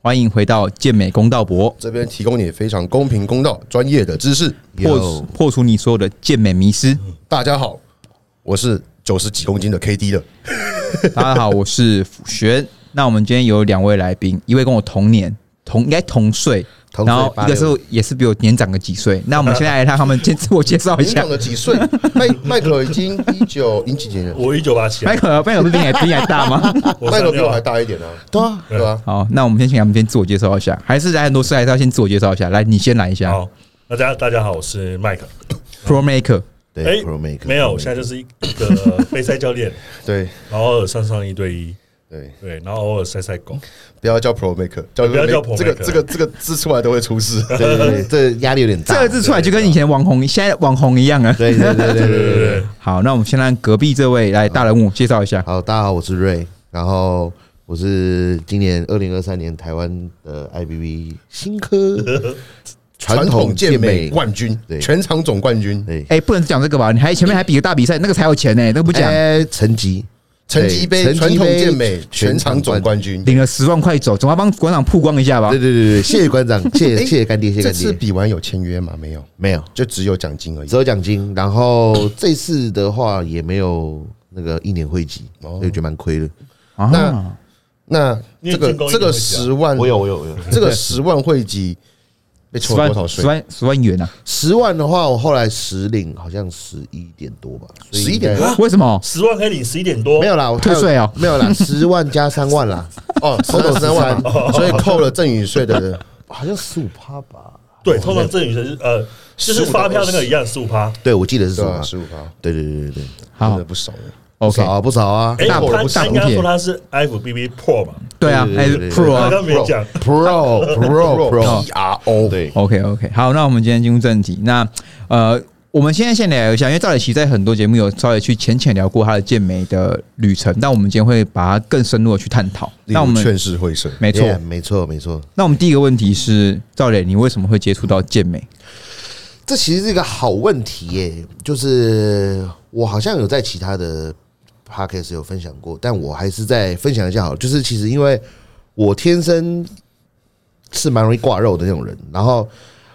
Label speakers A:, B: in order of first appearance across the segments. A: 欢迎回到健美公道博，
B: 这边提供你非常公平、公道、专业的知识。
A: 破除破除你所有的健美迷思。
B: 大家好，我是九十几公斤的 KD 的，
A: 大家好，我是辅璇。那我们今天有两位来宾，一位跟我同年，同应该同岁，
B: 同岁
A: 然后一个
B: 八
A: 是也是比我年长个几岁。那我们现在来让他们先自我介
C: 哎
A: 绍一
B: 年
A: 下
B: 长。了几 岁？麦麦克已经一九零几年了，
D: 我一九八七，啊
A: 麦克，麦克不是比你还比你还大吗？
D: 我
B: 麦克
D: 删
B: 比我
D: 掉
B: 还
D: 了，
B: 大一点啊，对啊，对吧？
A: 好，那我们先请他们先自我介绍一下，还是来很多次还是要先自我介绍一下。来，你先来一下
D: 好，大家大家好，我是麦克。
A: ，Pro Maker。
D: 哎没有，我现在就是一个备赛教 练，
B: 对
D: 然后偶尔上上一对一，
B: 对，
D: 对，然后偶尔晒晒
C: 嗯
D: 狗。
B: 不要叫 Pro Maker，叫
D: 不要叫 Pro
B: 这个
D: Maker
B: 这个这个字出来都会出事。
C: 对对对，这压力有点
A: 这
C: 大。
A: 个字出来就跟以前网红现在网红一样 啊。
C: 对对对对对对。
D: 对，
A: 好，那我们先让隔壁这位来大人物介绍一下。
C: 好，大家好，我是瑞，然后我是今年二零二三年台湾的 IBB 新科传
B: 传统
C: 统
B: 健
C: 健
B: 美
C: 美。
B: 冠军，
C: 对
B: 全场总冠军，
C: 对，
A: 哎、不能讲这个吧？你还前面还比个大比赛，那个才有钱呢、那个不讲，
C: 哎，成绩
B: 成绩杯
C: 对成
B: 传
C: 绩杯
B: 统健美全场总冠军。
A: 领了十万块走，总要帮馆长曝光一下吧
C: 对。对对对，谢谢馆长，谢
B: 哎
C: 谢谢谢干爹，谢谢
B: 这
C: 干
B: 次
C: 爹。
B: 比完有签约吗？没有，
C: 没有，
B: 就只有奖金而已
C: 只。有奖金，然后这次的话也没有那个一年会籍，所以我觉得蛮亏的。
A: 啊
B: 那，那
D: 你
B: 这
D: 有
B: 个
D: 成功一
B: 这
D: 定
B: 个
D: 会啊讲
B: 十万，
C: 我有我有我有
B: 这个十万汇集被
A: 十
B: 抽了多少
A: 万十
B: 税？
A: 万十万元啊？
C: 十万的话，我后来实领好像十一点多吧，所以应该
B: 11点多
A: 为什么？
D: 十万可以领十一点多，
C: 没有啦，我还有
A: 退税哦
C: 没有啦，十万加三万啦，
B: 哦，十
C: 扣
B: 到
C: 到
B: 三万嘛，所以扣了赠与税的
C: 好像十五趴吧。
D: 对，通常这女生是呃，就是
B: 15
D: 发票那个一样十五趴。
C: 对，我记得是
B: 对啊吧？
C: 什么？
B: 十五趴，
C: 对对对对对，
B: 真
A: 好
B: 的不少了。
C: 不
A: ，OK，
C: 少啊，不少啊。
D: 哎，
A: 大补
D: 他
A: 大
D: 他
A: 补
D: 应该
A: 贴
D: 说他是 FBB Pro 嘛，
A: 对啊，哎
C: 对对对对
A: ，Pro
D: 他
A: 啊
D: 刚没讲，
C: Pro 啊 Pro Pro，
B: P R O，
C: 对，
A: ，OK OK，好，那我们今天进入正题。那呃，我们现在先聊一下，因为赵磊奇在很多节目有稍微去浅浅聊过他的健美的旅程，但我们今天会把它更深入的去探讨。
B: 例
A: 那我
B: 如
A: 们
B: 劝世会社，
A: 没错，
C: Yeah，没错，没错。
A: 那我们第一个问题是，赵磊，你为什么会接触到健美？
C: 这其实是一个好问题耶、就是我好像有在其他的 podcast 有分享过，但我还是再分享一下好了。就是其实因为我天生是蛮容易挂肉的那种人，然后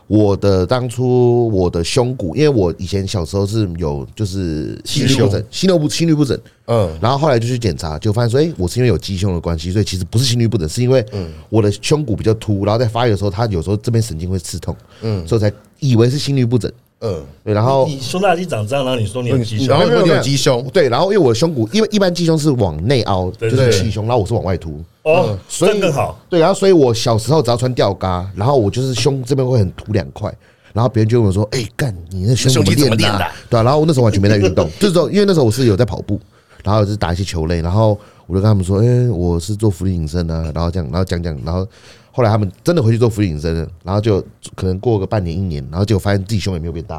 C: 我的当初我的胸骨，因为我以前小时候是有就是
B: 息
C: 心律
B: 肉
C: 不整，心律不心律不整，
B: 嗯，
C: 然后后来就去检查，就发现说，哎、我是因为有鸡胸的关系，所以其实不是心律不整，是因为
D: 嗯
C: 我的胸骨比较凸，然后在发育的时候，它有时候这边神经会刺痛，嗯，所以才以为是心律不整。
B: 嗯，
C: 对，然后
D: 你胸大肌长这样，然后你说你
C: 嗯
D: 有肌
B: 然
D: 胸
B: 后，
C: 没有
B: 你
C: 没有
B: 有鸡胸，
C: 对，然后因为我的胸骨，因为一般鸡胸是往内凹，就
D: 对
B: 对
D: 对
C: 是气胸，然后我是往外凸，
D: 哦，
C: 嗯所以
D: 这更好。。
C: 对，然后所以我小时候只要穿吊嘎，然后我就是胸这边会很凸两块。然后别人就问我说：“哎、干，你那胸
B: 胸肌
C: 怎么
B: 怎么
C: 练
B: 练
C: 的
B: 的
C: 啊？”对、啊、然后我那时候完全没在运动，就是说因为那时候我是有在跑步，然 后就是打一些球类，然后我就跟他们说：“哎、我是做俯卧撑啊。”然后这样，然后讲讲，然后后来他们真的回去做俯卧撑了，然后就可能过个半年一年，然后结果发现自己胸也没有变大，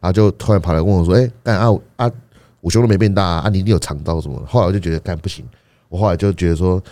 C: 然后就突然跑来问我说：“哎、干啊啊，我胸都没变大啊，啊你一定有肠道什么的？”后来我就觉得干不行，我后来就觉得说，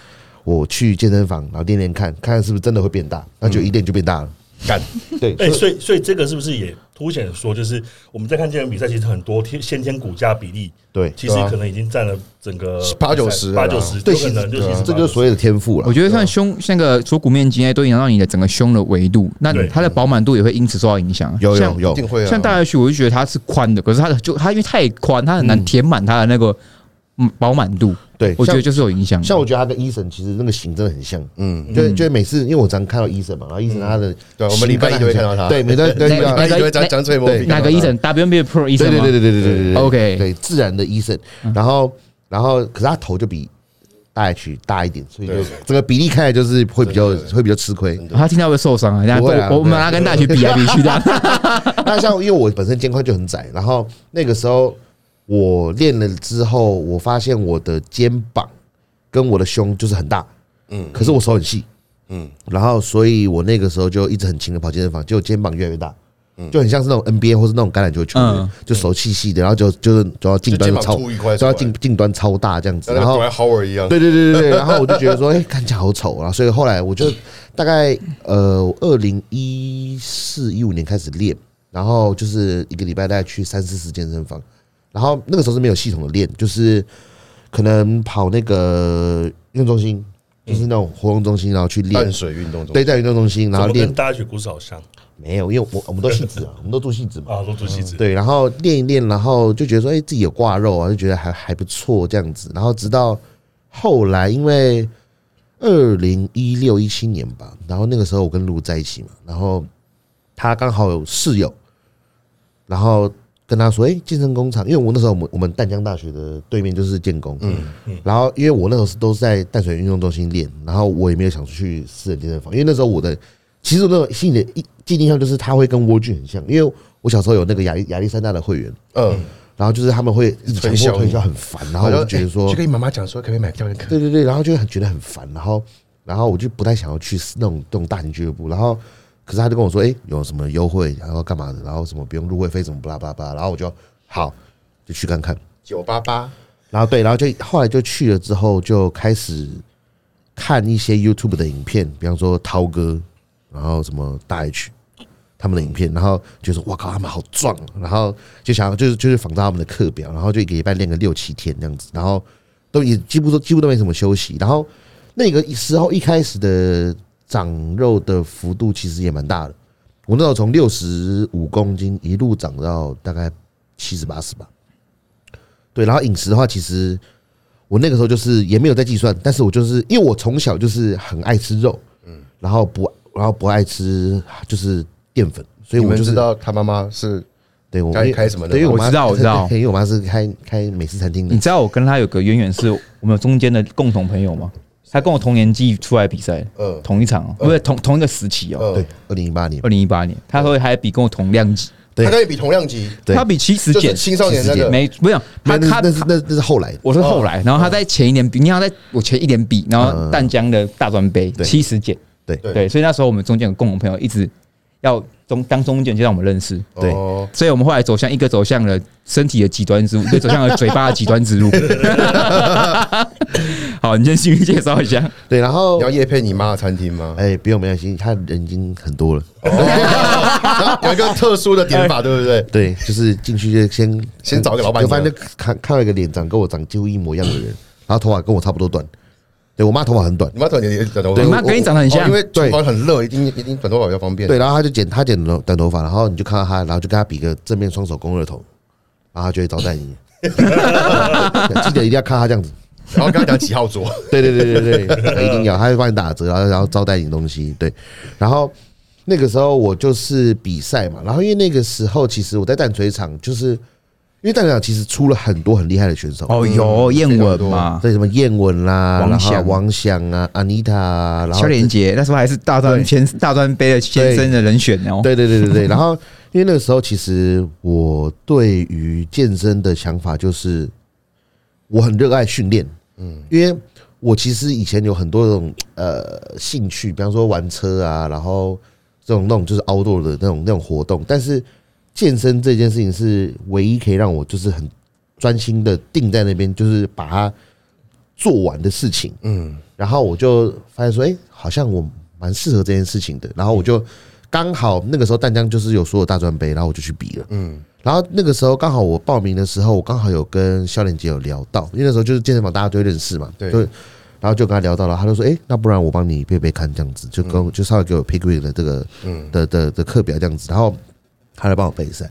C: 我去健身房，然后练练看，看看是不是真的会变大，那就一练就变大了。
B: 干，
C: 对，
D: 哎，
C: 所
D: 所
C: 以
D: 以所以这个是不是也凸显说，就是我们在看健美比赛，其实很多天先天骨架比例
C: 对啊
D: 其实可能已经占了整个
B: 八九十了
D: 八
B: 啦
D: 九十，
C: 对，
D: 有可
C: 其实
D: 能就其实
C: 这就是所谓的天赋了
A: 我。觉得像胸那个锁骨面积啊都影响到你的整个胸的维度，那
D: 对
A: 它的饱满度也会因此受到影响啊。
C: 有
A: 像
C: 有
B: 一定
C: 有，
B: 会啊。
A: 像大 H，我就觉得它是宽的，可是它的就它因为太宽，它很难填满它的那个嗯饱满度。
C: 对
A: 我觉得
C: 像
A: 就是有影响。
C: 像我觉得他跟医生其实那个型真的很像，
B: 嗯，
C: 就就每次因为我常看到医生嘛，然后医生他的
B: 对我们礼拜一就会看到他
C: 对，每段对
A: 那
C: 对
A: 那
B: 那
A: 个
B: 你就会讲
A: 那
B: 讲这一波，
C: 对
A: 哪个医生 WNBA Pro 医生
C: 对
A: 吗？
C: 对对对对对对对
A: OK
C: 对自然的医生，然后然后可是他头就比大 H 大一点，所以就
B: 对
C: 整个比例看起来就是会比较会比较吃亏。
A: 他听到会受伤啊！大家
C: 不会啊
A: 都我我们拿跟大学比来比去 的，
C: 那像因为我本身肩宽就很窄，然后那个时候我练了之后，我发现我的肩膀跟我的胸就是很大，嗯，可是我手很细，嗯，然后所以我那个时候就一直很勤的跑健身房，结果肩膀越来越大。就很像是那种 NBA 或是那种橄榄球球员，
A: 嗯
C: 就手细细的，然后就就是就要近端
B: 就肩膀
C: 超
B: 凸一块，出
C: 就
B: 来
C: 要近近端超大这样子，
B: 像那
C: 然
B: 个
C: 后
B: Dwight Howard 一样，
C: 对对对对对，然后我就觉得说，哎、看起来好丑啊，所以后来我就大概呃，二零一四一五年开始练，然后就是一个礼拜大概去三四次健身房，然后那个时候是没有系统的练，就是可能跑那个运动中心，就是那种活动中心，然后去练
B: 淡，水运动中
C: 对，在运动中心，然后
D: 怎么
C: 练
D: 跟大家学鼓手好像
C: 没有，因为我我们都戏子啊，我们都住戏子嘛，
D: 啊，罗主席子，
C: 嗯对，然后练一练，然后就觉得说，哎、自己有挂肉啊，就觉得还还不错这样子。然后直到后来，因为二零一六一七年吧，然后那个时候我跟露在一起嘛，然后他刚好有室友，然后跟他说，哎、健身工厂，因为我那时候我们我们淡江大学的对面就是建工，嗯嗯，然后因为我那时候是都是在淡水运动中心练，然后我也没有想去私人健身房，因为那时候我的其实我那种心里的一既定印象就是他会跟蜗居很像，因为我小时候有那个亚历亚历山大的会员，
B: 嗯，
C: 然后就是他们会一直强
B: 推销
C: 迫推销，很烦，然后我就觉得说
B: 就，哎跟你妈妈讲说，可不可以买教练课？
C: 对对对，然后就很觉得很烦，然后然后我就不太想要去那种那种大型俱乐部，然后可是他就跟我说，哎，有什么优惠，然后干嘛的，然后什么不用入会费，什么巴拉巴拉巴拉，然后我就好就去看看，
B: 九八八，
C: 然后对，然后就后来就去了之后就开始看一些 YouTube 的影片，比方说涛哥，然后什么大 H 他们的影片，然后就说哇靠，他们好壮啊，然后就想要就是就是仿照他们的课表，然后就一个礼拜练个六七天这样子，然后都也几乎都几乎都没什么休息，然后那个时候一开始的长肉的幅度其实也蛮大的，我那时候从六十五公斤一路长到大概七十八十吧。对，然后饮食的话，其实我那个时候就是也没有在计算，但是我就是因为我从小就是很爱吃肉，嗯，然后不然后不爱吃就是淀粉，所以
B: 你
C: 我
B: 们
C: 就
B: 知
C: 是
B: 道他妈妈是
C: 对我
B: 家里开什么的
C: 对，因为
B: 吗
C: 妈
A: 我知道我知道
C: 因为我妈是开开美式餐厅的
A: 你，知道我跟他有个渊源，是我们有中间的共同朋友吗？他跟我同年纪出来比赛，
C: 呃
B: 嗯
A: 同一场哦，不是同同一个时期哦，
B: 嗯
C: 对，二零一八年
A: 二，零一八年，他会还比跟我同量级，
C: 对
B: 他跟你比同量级，
C: 对
A: 他比七十
B: 就是
A: 减
B: 青少年那个
A: 没不是
C: 那
A: 他
C: 那
A: 他
C: 那是那哦那是后来的，
A: 我是后来，然后他在前一年比，你看他在我前一年比，然后淡江的大专杯
C: 嗯对
A: 七十减，
C: 对
B: 对
A: 对，所以那时候我们中间有共同朋友一直要中当中间就让我们认识，
C: 对
B: 哦
A: 所以我们后来走向一个走向了身体的极端之路，一个走向了嘴巴的极端之路。 好，你先继续介绍一下，
C: 对，然后
B: 你要夜配你妈的餐厅 吗？
C: 哎，不用没关系，他人已经很多了，
B: 哦有一个特殊的点法，对不对？
C: 对，就是进去就先
B: 先找一个老板娘
C: 就反正就看看到一个脸长跟我长几乎一模一样的人，然后头发跟我差不多短，对我妈头发很短。
B: 你妈短头短头发，
A: 对你妈跟你长得很像
B: 哦因为厨房很热，一定一定短头发比较方便。
C: 对，然后他就剪他剪短短头发，然后你就看到他，然后就跟他比个正面双手肱二头，然后他就会招待你。 记得一定要看他这样子，
B: 然后刚刚讲几号桌，
C: 对对对 对对，一定要，他会帮你打折，然后然后招待你东西，对。然后那个时候我就是比赛嘛，然后因为那个时候其实我在淡水场，就是因为淡水场其实出了很多很厉害的选手，
A: 哦，有燕文嘛，
C: 对什么燕文啦，
A: 王
C: 然后
A: 响
C: 王响啊、安妮塔啊，然后
A: 邱连杰那时候还是大专
C: 对
A: 前大专杯的先生的人选哦。
C: 对对对对对。然后因为那个时候，其实我对于健身的想法就是，我很热爱训练，嗯，因为我其实以前有很多种呃兴趣，比方说玩车啊，然后这种那种就是 outdoor 的那种那种活动，但是健身这件事情是唯一可以让我就是很专心的定在那边，就是把它做完的事情，
B: 嗯，
C: 然后我就发现说，哎、好像我蛮适合这件事情的。然后我就刚好那个时候淡江就是有所有大专杯，然后我就去比了。嗯，然后那个时候刚好我报名的时候，我刚好有跟肖连杰有聊到，因为那时候就是健身房大家都会认识嘛，
B: 对
C: 就然后就跟他聊到了，他就说，哎、那不然我帮你背背看这样子，就
B: 嗯
C: 跟我就稍微给我 pick week 的这个的的的课表这样子，然后他来帮我备赛。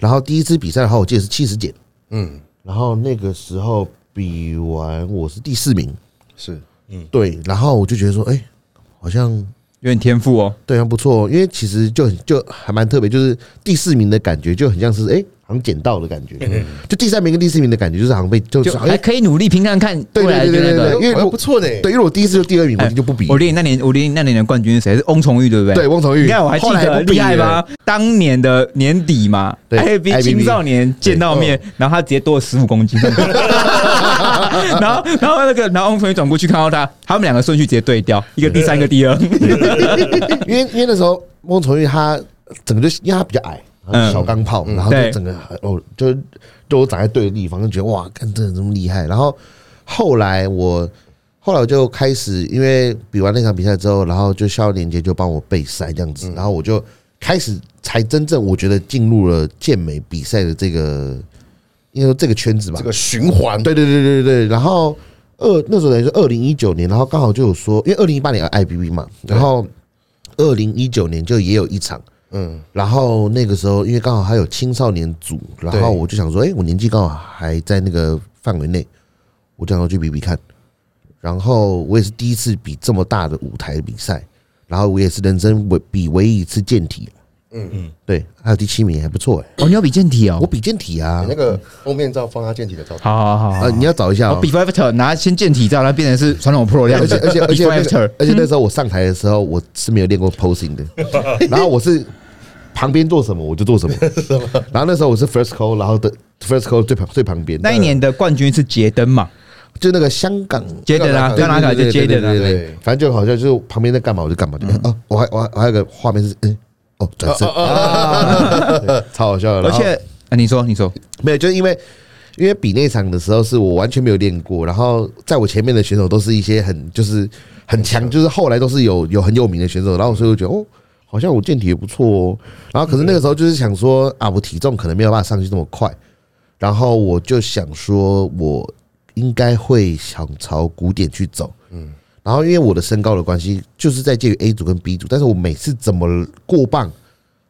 C: 然后第一次比赛的话，我记得是七十减，
B: 嗯，
C: 然后那个时候比完我是第四名，
B: 是嗯
C: 对，然后我就觉得说，哎、好像
A: 有点天赋哦。
C: 对，还不错哦，因为其实就很就还蛮特别，就是第四名的感觉就很像是哎、好像捡到的感觉，就第三名跟第四名的感觉就是好像被就
A: 嗯
C: 是
A: 就
C: 好像
A: 还可以努力拼看看
C: 对
A: 未来的
C: 对
A: 那
C: 对
A: 个
C: 因为
B: 好像
C: 我
B: 哎不错呢。
C: 对，因为我第一次就第二名，我
A: 哎
C: 就不比，
A: 我练那年，我练那年的冠军是谁？是翁崇玉，对不对？
C: 对，。汪崇玉，
A: 你看我还记
C: 后来
A: 得
C: 不比
A: 厉害
C: 了
A: 吧？？当年的年底嘛
C: 对
A: ，IB
C: IBB
A: 青少年见到面，
C: 哦
A: 然后他直接多了十五公斤， 然后然后那个然后翁崇玉转过去看到他，他们两个顺序直接对调，一个第三，一个第二。
C: 因为因为那时候汪崇玉他整个就因为他比较矮，然后小钢炮，然后就
A: 对
C: 整个很哦，就就我长在对的地方，就觉得哇，看这人这么厉害。然后后来我后来我就开始，因为比完那场比赛之后，然后就肖连杰就帮我备赛这样子，然后我就开始才真正我觉得进入了健美比赛的这个，因为这个圈子吧，
B: 这个循环，
C: 对对对对对，然后。二那时候等于是二零一九年，然后刚好就有说，因为二零一八年有 IBB 嘛，然后二零一九年就也有一场。嗯，然后那个时候，因为刚好还有青少年组，然后我就想说，哎、我年纪刚好还在那个范围内，我就想要去比比看。然后我也是第一次比这么大的舞台比赛，然后我也是人生唯比唯一一次健体，嗯
D: 嗯
C: 嗯，对，还有第七名还不错哎、
A: 哦，你要比健体哦
C: 我，比健体啊
B: 你那，个封面照放他健体的照片，
A: 好好好好
C: 啊，你要找一下、
A: 我
C: 哦。
A: 比 Fiverr 拿先健体照，然后变成是传统 Pro 的样
C: 而
A: 子
C: 且，而且而且
A: Before
C: 那个
A: after
C: 而且那时候我上台的时候，我是没有练过 posing 的，然后我是旁边做什么我就做什 么，然后那时候我是 first call，然后的 first call 最旁最旁边，
A: 那一年的冠军是杰登嘛，
C: 就那个香港
A: 杰登啊，不要拿卡就杰
C: 对对
A: 登
C: 对
A: 啊，嗯
C: 对对，反正就好像就是旁边在干嘛我就干嘛，就哦，我还我还我还有个画面是嗯哦转身， 对超好笑的，
A: 而
C: 然后
A: 且啊，你说你说，
C: 没有，就是因为因为比那场的时候是我完全没有练过，然后在我前面的选手都是一些很就是很强，就是后来都是有有很有名的选手，然后所以我就觉得哦，好像我健体也不错哦。然后可是那个时候就是想说啊，我体重可能没有办法上去这么快，然后我就想说我应该会想朝古典去走，嗯。然后因为我的身高的关系，就是在介于 A 组跟 B 组，但是我每次怎么过磅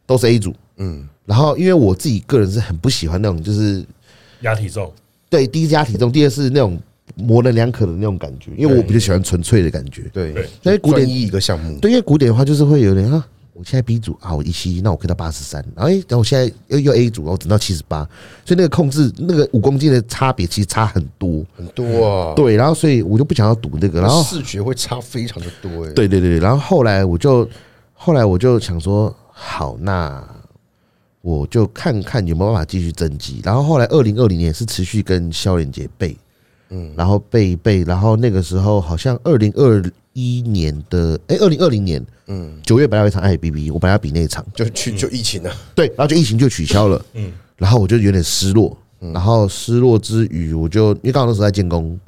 C: 都是 A 组，
B: 嗯，
C: 然后因为我自己个人是很不喜欢那种就是
D: 压体 重，
C: 对第一是压体重，第二是那种模棱两可的那种感觉，因为我比较喜欢纯粹的感觉。
B: 对，
C: 那些古典
B: 专一一个项目，
C: 对，因为古典的话就是会有点啊，我现在 B 组啊，我一七一，那我可以到八十三，然后哎，等我现在又又 A 组，然后我等到七十八，所以那个控制那个五公斤的差别其实差很多。
B: 很多啊，
C: 对，然后所以我就不想要赌那个，然后
B: 视觉会差非常的多，哎，，
C: 对对对，对然后后来我就后来我就想说，好，那我就看看有没有办法继续增肌。然后后来二零二零年是持续跟肖连杰背，嗯，然后背一背，然后那个时候好像二零二一年的，哎，二零二零年，嗯，九月本来有一场 IBB，我本来要比那一场，
B: 就去就疫情啊，
C: 对，然后就疫情就取消了，嗯，然后我就有点失落，
B: 嗯
C: 然后失落之余，我就因为刚好那时候在建工，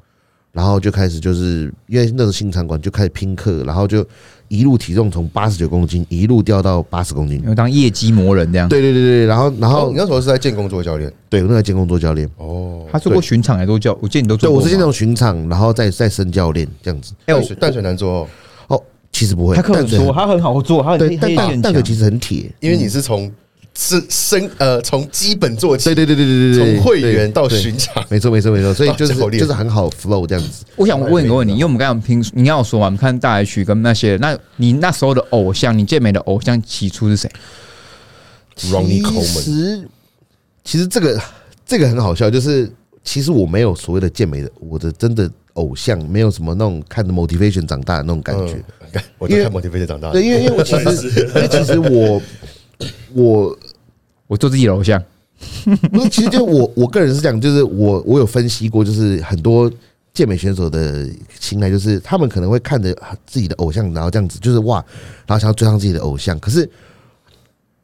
C: 然后就开始就是因为那时候新场馆就开始拼课，然后就一路体重从八十九公斤一路掉到八十公斤，
A: 有当业绩魔人这样，
C: 对对对对，然后然
B: 哦，
C: 后
B: 你那时候是在建工做教练，
C: 对我那个建工做教练，
B: 哦，
A: 他做过巡场也都叫，我见你都
C: 对
A: 做过
C: 我
A: 嘛，
C: 是那种巡场，然后再再升教练这样子，
A: 哎我
B: 淡水淡水难做哦，
C: 哦，其实不会，
A: 他可
C: 淡
A: 很
C: 水
A: 说他很好做，他很
C: 对，但
A: 很
C: 但但可其实很铁，
B: 因为你是从是生呃从基本做起
C: 对，对对对对对对，
B: 从会员到
C: 对
B: 巡场，
C: 没错没错没错，所以就是
B: 到教练
C: 就是很好 flow 这样子。
A: 我想问一个问题，因为我们刚刚听你要说嘛，我们看大 H 跟那些，那你那时候的偶像，你健美的偶像起初是谁？
B: Ronnie
C: 其
B: Coleman
C: 实，其实这个这个很好笑，就是其实我没有所谓的健美的，我的真的偶像没有什么那种看的 motivation 长大的那种感觉。
B: 嗯，我都看蒙蒂菲的长大的
C: 对，，因为因为我其
D: 我也
C: 实，
D: 是
C: 因为其实我我
A: 我做自己的偶像，
C: 不是，其实就我我个人是讲，就是我我有分析过，就是很多健美选手的心态，就是他们可能会看着自己的偶像，然后这样子，就是哇，然后想要追上自己的偶像。可是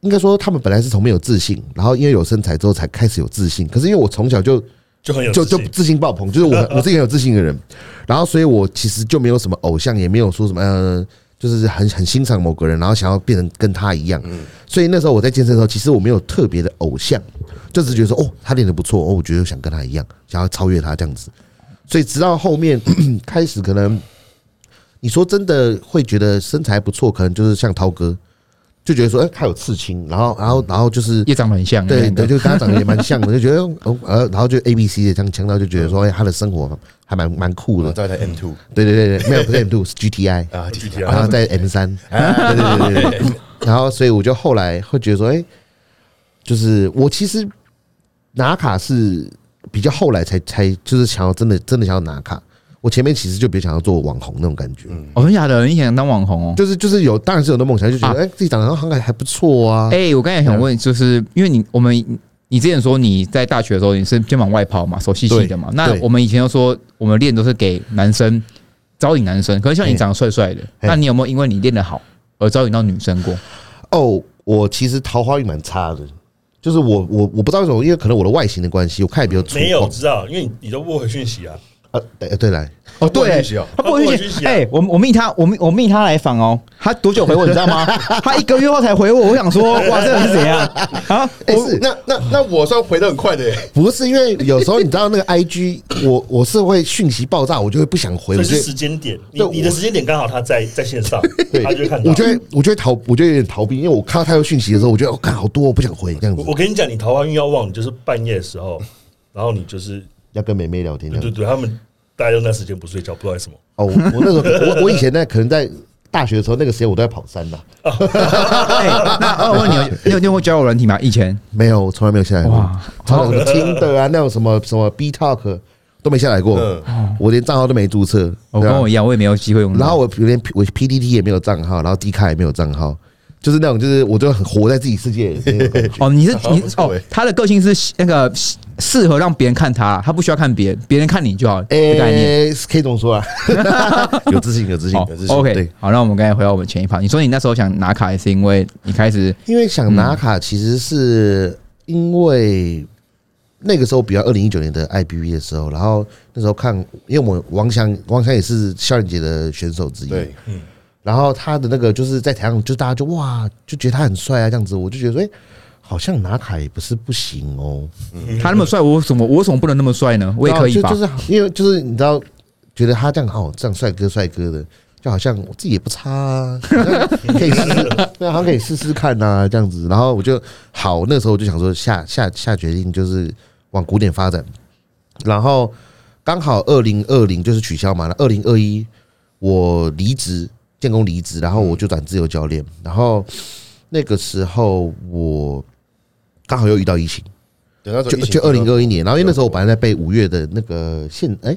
C: 应该说，他们本来是从没有自信，然后因为有身材之后才开始有自信。可是因为我从小就
D: 就很有
C: 就
D: 自
C: 就
D: 信。
C: 自信爆棚，就 是我我是一个很有自信的人，然后所以我其实就没有什么偶像，也没有说什么呃，就是很很欣赏某个人，然后想要变成跟他一样。
D: 嗯
C: 所以那时候我在健身的时候，其实我没有特别的偶像，就只是觉得说哦，他练得不错，哦，我觉得我想跟他一样，想要超越他这样子。所以直到后面 开始，可能你说真的会觉得身材不错，可能就是像涛哥，就觉得说，哎、他有刺青，然后然后然后就是
A: 也长得很像，
C: 对
A: 那
C: 对，
A: 个
C: 就跟他长得也蛮像的，就觉得哦呃，然后就 A B C 的这样强调，就觉得说，哎，他的生活还蛮蛮酷
B: 然后再
C: 的。
B: 来 M two
C: 对对对对，没有不是 M two 是 G T I，
B: 啊哎
D: 具体
C: 然后
D: 啊，
C: 在 M 三，对对对对对。然后所以我就后来会觉得说，哎，就是我其实拿卡是比较后来才才就是想要真的真的想要拿卡，我前面其实就比较想要做网红那种感觉。
A: 哦，真假的，你想当网红哦？
C: 就是就是有，当然是有那梦想，就觉得哎、自己长得好像还不错啊。
A: 哎，我刚才想问，就是因为你我们你之前说你在大学的时候你是肩膀外抛嘛，手细细的嘛，
C: 对
A: 那
C: 对
A: 我们以前都说我们练都是给男生招引男生，可是像你长得帅帅的，
C: 嘿
A: 那你有没有因为你练得好而招引到女生过？
C: 哦，我其实桃花运蛮差的，就是我我我不知道为什么，因为可能我的外形的关系，我看起来比较粗犷。哦
D: 没有知道，因为你你都不回讯息啊，
C: 啊，对呃对来，
A: 哦，对
B: 讯息哦，
A: 他不回
D: 他不回
A: 讯
D: 讯
A: 息。
D: 息啊
A: 哎，我我密他，我密我密他来访哦，他多久回我，你知道吗？他一个月后才回我，我想说，哇，这人是怎样啊？
C: 哎是
B: 那那那我算回的很快的耶，
C: 不是因为有时候你知道 那个 I G，我我是会讯息爆炸，我就会不想回，
D: 这
C: 我
D: 是
C: 就
D: 时间点，你
C: 对
D: 你的时间点刚好他在 在线上，
C: 对
D: 他就会看，到。
C: 我就会我就会逃，我就有点逃避，因为我看到太多讯息的时候，我觉得我看好多，我不想回这样子
D: 我。我跟你讲，你桃花运要旺，你就是半夜的时候，然后你就是
C: 要跟妹妹聊天这
D: 对
C: 样
D: 对
C: 子。
D: 对，他们大家都那时间不睡觉，不知道为什么。
C: 哦，我我那时候我我以前在可能在大学的时候，那个时间我都在跑山呐，
A: 哎，那我问你，你有用过交友软体吗？以前
C: 没有，我从来没有下载过
A: 哇，
C: 从 来什么 Tinder 啊，那种什么什么 B Talk 都没下载过
B: 嗯，
C: 我连账号都没注册。
A: 我
C: 对
A: 哦
C: 啊
A: 跟我一样，我也没有机会用到。
C: 然后我连我 PDT 也没有账号，然后 D 卡也没有账号，就是那种就是我就很活在自己 世界里哎面那种感觉。
A: 哦， 你是
B: 好
A: 你
B: 不错
A: 哦
B: 欸，
A: 他的个性是那个适适合让别人看他，他不需要看别人，别人看你就好的概念。
C: 诶、可以这么 说啊，有自信，有自信，
A: 哦
C: 有自信。对
A: ，OK，，好，那我们刚才回到我们前一趴，你说你那时候想拿卡，也是因为你开始
C: 因为想拿卡，其实是因为那个时候比较二零一九年的 IBB 的时候，然后那时候看，因为我们王翔，王翔也是校园节的选手之一，
B: 对，
C: 然后他的那个就是在台上，就大家就哇，就觉得他很帅啊，这样子，我就觉得说，哎、好像拿卡也不是不行哦，
A: 他那么帅，我怎么我为什么不能那么帅呢？我也可以
C: 然
A: 吧
C: 后？哦就就是因为就是你知道，觉得他这样好，这样帅哥帅哥的，就好像我自己也不差啊，好像可以试试， 对啊，好像可以试试看呐、这样子。然后我就好，那时候我就想说下下下决定就是往古典发展，然后刚好二零二零就是取消嘛，那二零二一我离职，建工离职，然后我就转自由教练，然后那个时候我刚好又遇到疫情。
B: 等到
C: 就就二零二一年，然后因为那时候我本来在背五月的那个县，哎，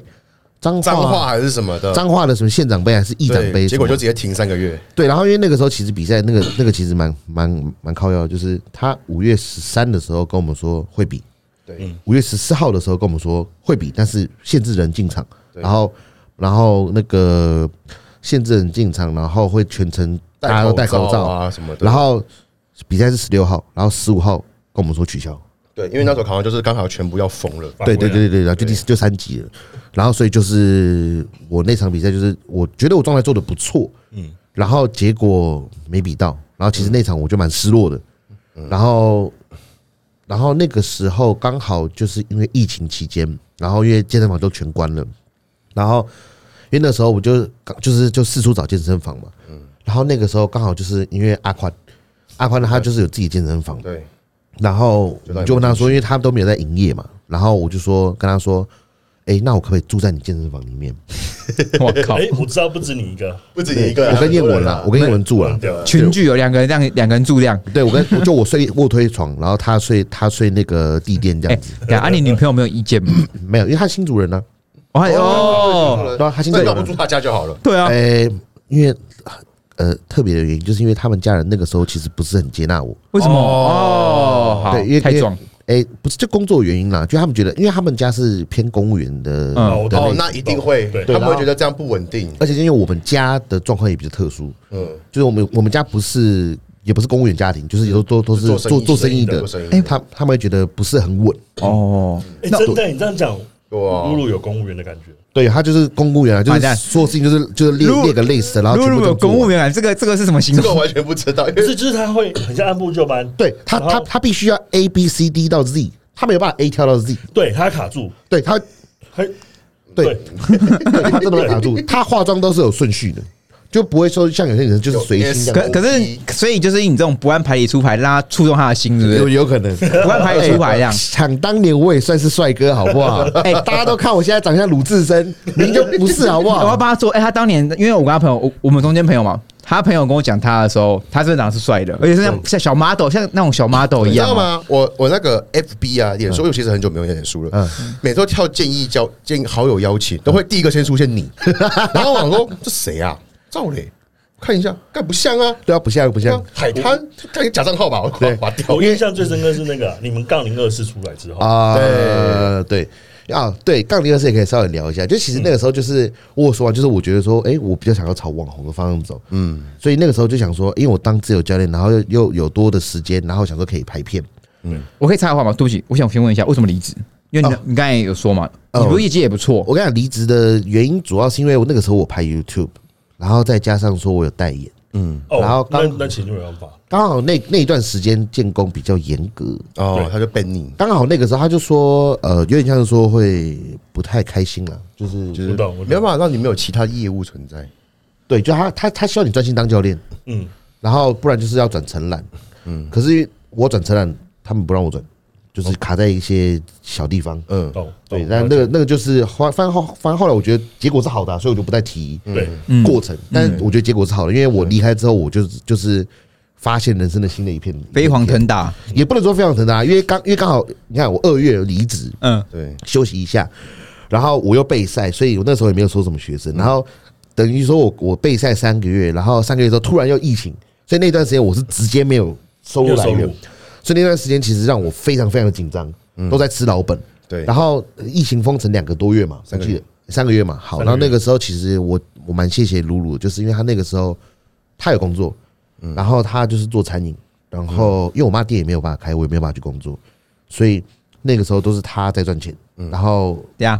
C: 彰
B: 脏话
C: 化
B: 还是什么的，
C: 彰化的什么县长杯还是议
B: 对
C: 长杯什么，
B: 结果就直接停三个月，
C: 对。然后因为那个时候其实比赛那个那个其实蛮蛮蛮靠腰的，就是他五月十三的时候跟我们说会比，
B: 对，
C: 五月十四号的时候跟我们说会比，但是限制人进场，
B: 对
C: 然后然后那个限制人进场，然后会全程大家都戴口
B: 罩
C: 罩，
B: 啊什么的，
C: 然后比赛是十六号，然后十五号跟我们说取消。
B: 对，因为那时候好像就是刚好全部要封了，
C: 对对对对对，然后就第就三级了，然后所以就是我那场比赛，就是我觉得我状态做的不错，嗯，然后结果没比到，然后其实那场我就蛮失落的，然后然后那个时候刚好就是因为疫情期间，然后因为健身房都全关了，然后因为那时候我就刚就是就四处找健身房嘛，嗯，然后那个时候刚好就是因为阿宽，阿宽他就是有自己健身房，
B: 对，
C: 然后
B: 就让
C: 我
B: 你
C: 就
B: 们
C: 问他
B: 进
C: 说，因为他都没有在营业嘛，然后我就说跟他说，哎，那我可不可以住在你健身房里面？
A: 我靠
D: 哎、，我知道不止你一个，
B: 不止你一个啊，
C: 我跟叶文啦，我跟叶文住啦。
D: 对吧？
A: 群聚有两个人，两两个人住这样。
C: 对，我跟 我就我睡卧推床，然后他睡他睡那个地垫这
A: 哎
C: 样 子，，
A: 等一下啊，你女朋友没有意见 吗？
C: 没有，因为他新主人呢、啊
A: 我还哦，
C: 对啊，他新主
B: 那
C: 人
B: 你
C: 啊
B: 要不住他家就好了，
A: 对啊，
C: 哎、因为呃特别的原因，就是因为他们家人那个时候其实不是很接纳我，
A: 为什么？哦，好
C: 对，因为，
A: 太壮
C: 因，为哎、不是就工作原因啦，就他们觉得，因为他们家是偏公务员的，
A: 嗯
C: 的类
B: 哦，
C: 型
B: 那一定会，
D: 对
B: 他们会觉得这样不稳定，
C: 而且因为我们家的状况也比较特殊，
B: 嗯，
C: 就是我们我们家不是也不是公务员家庭，就是都都都是
B: 做生
C: 做
B: 意
C: 做生意
B: 的
C: 的
B: 做生意，的
C: 哎，他他们会觉得不是很稳，
A: 哦，
D: 哎、真的，你这样讲，露
B: 哇，
D: 露有公务员的感觉。
C: 对他就是公务员啊，就
A: 完
C: 是
A: 蛋
C: 所有事情就是就是列
A: 如果
C: 列个 list，然后
A: 如
C: 全部
A: 果
C: 都
A: 有
C: 做
A: 公务
C: 完。
A: 员啊，这个这个是什么形
B: 这个我
A: 容？
B: 完全不知道，因
D: 不
B: 为
D: 是，就是他会很像按部就班，
C: 对他
D: 然
C: 他
D: 后
C: 他必须要 A B C D 到 Z，他没有办法 A 跳到 Z，
D: 对他卡住，
C: 对他
D: 嘿，
C: 对对他真的会卡 住，他化妆都是有顺序的，就不会说像有些人就是随心这样。
A: 可可是，所以就是你这种不按牌理出牌，让他触动他的心，是不
C: 有哎
A: 是？
C: 有可能，
A: 不按牌理出牌这样。
C: 想当年我也算是帅哥，好不 好？哎，大家都看我现在长相鲁智深，您就不是，好 不
A: 我要
C: 好？
A: 帮他做。哎、他当年因为我跟他朋友，我我们中间朋友嘛，他朋友跟我讲他的时候，他真的长得是帅的，而且是像像小 model，像那种小 model 一
B: 你知
A: 样
B: 道
A: 哦。
B: 吗？我我那个 FB 啊，脸书，因为我其实很久没有用脸书了。每次都跳建议交建议好友邀请，都会第一个先出现你。然后我想说这谁啊？赵磊，看一下，干不像啊，
C: 对啊，不像不
B: 像
C: 像，
B: 海滩，看你假账号吧，我快划掉
D: 我。印象最深刻是那个你们杠零二四出来之后，
C: 啊、对。啊，对，杠铃二四也可以稍微聊一下。就其实那个时候，就是我有说啊，就是我觉得说，哎、我比较想要朝网红的方向走，嗯，所以那个时候就想说，因为我当自由教练，然后又又有多的时间，然后想说可以拍片，
A: 我可以插个话吗？对不起，我想先问一下，为什么离职？因为你你刚才有说嘛，你
C: 哦
A: 不是业绩也不错，
C: 我跟你讲，离职的原因主要是因为我那个时候我拍 YouTube，然后再加上说我有代言，然后
D: 哦，那
C: 刚
D: 那其实就没办法，
C: 刚好那那一段时间建工比较严格，
B: 哦，他就 ban 你，
C: 刚好那个时候他就说，呃，有点像是说会不太开心了，就是
B: 就是
D: 我懂我懂
B: 没有办法让你没有其他业务存在。
C: 对，就他他他希望你专心当教练，
D: 嗯，
C: 然后不然就是要转承揽，嗯，可是我转承揽，他们不让我转，就是卡在一些小地方，
B: 嗯，
D: 懂，
A: 哦
C: 对，
D: 懂
C: 但那个那个就是后反正后反正后来我觉得结果是好的啊、所以我就不再提
D: 对，
A: 嗯
C: 过程，但我觉得结果是好的，因为我离开之后，我就就是发现人生的新的一片
A: 飞黄腾达，
C: 也不能说飞黄腾达，因为刚因为刚好你看我二月离职，
A: 嗯，
B: 对，
C: 休息一下，然后我又备赛，所以我那时候也没有收什么学生，
D: 嗯
C: 然后等于说我我备赛三个月，然后三个月之后突然又疫情，所以那段时间我是直接没有收入
D: 又
C: 来
D: 收
C: 源
D: 入，，哦嗯
C: 所以那段时间其实让我非常非常的紧张，都在吃老本。
B: 对
C: 然后疫情封城两个多月嘛，我
B: 三个
C: 记
B: 月
C: 得三个月嘛。好，
D: 三个
C: 然后
D: 月
C: 那个时候其实我我蛮谢谢露露，就是因为她那个时候她有工作，
B: 嗯
C: 然后她就是做餐饮，然后因为我妈店也没有办法开，我也没有办法去工作，所以那个时候都是她在赚钱，
B: 嗯
C: 然后
A: 对呀。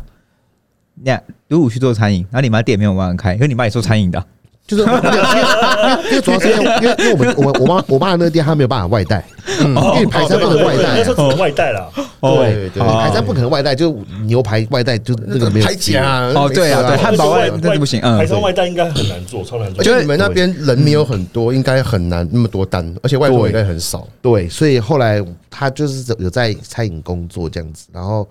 A: 那如果去做餐饮，然后你妈店没有办法开，因为你妈也做餐饮的啊，
C: 就是 因为因为主要是因为因为因为我们我我妈我爸那个店她没有办法外带，因为你排
D: 哦
C: 餐
D: 对
C: 不能外
D: 对
C: 带
D: 那时
C: 啊。
D: 候只能外带啦，
B: 对对
C: 你
A: 哦
C: 排餐不可能外带，就牛排外带就那哎个没有
B: 排挤啊，
A: 哦对啊
B: 没事
A: 对汉堡外
D: 那
A: 那就不行嗯
D: 台商外带应该很难做，超难做
B: 而，且你们那边人没有很多，应该很难那么多单，而且外国人应该很少。
C: 对，所以后来他就是有在餐饮工作这样子，然后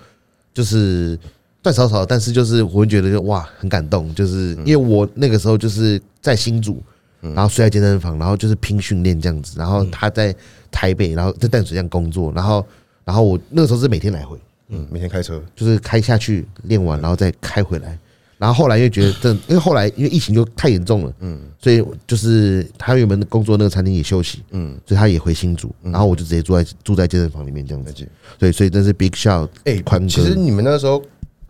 C: 就是赚少少，但是就是我会觉得就哇很感动，就是因为我那个时候就是在新竹，然后睡在健身房，然后就是拼训练这样子，然后他在台北，然后在淡水这样工作，然后然后我那个时候是每天来回，
B: 嗯，每天开车，
C: 就是开下去练完，然后再开回来。然后后来又觉得这，因为后来因为疫情就太严重了，嗯，所以就是他原本工作那个餐厅也休息，嗯，所以他也回新竹，然后我就直接住在住在健身房里面这样子，对，所以真是 big shout，
B: 哎，
C: 宽哥。
B: 其实你们那时候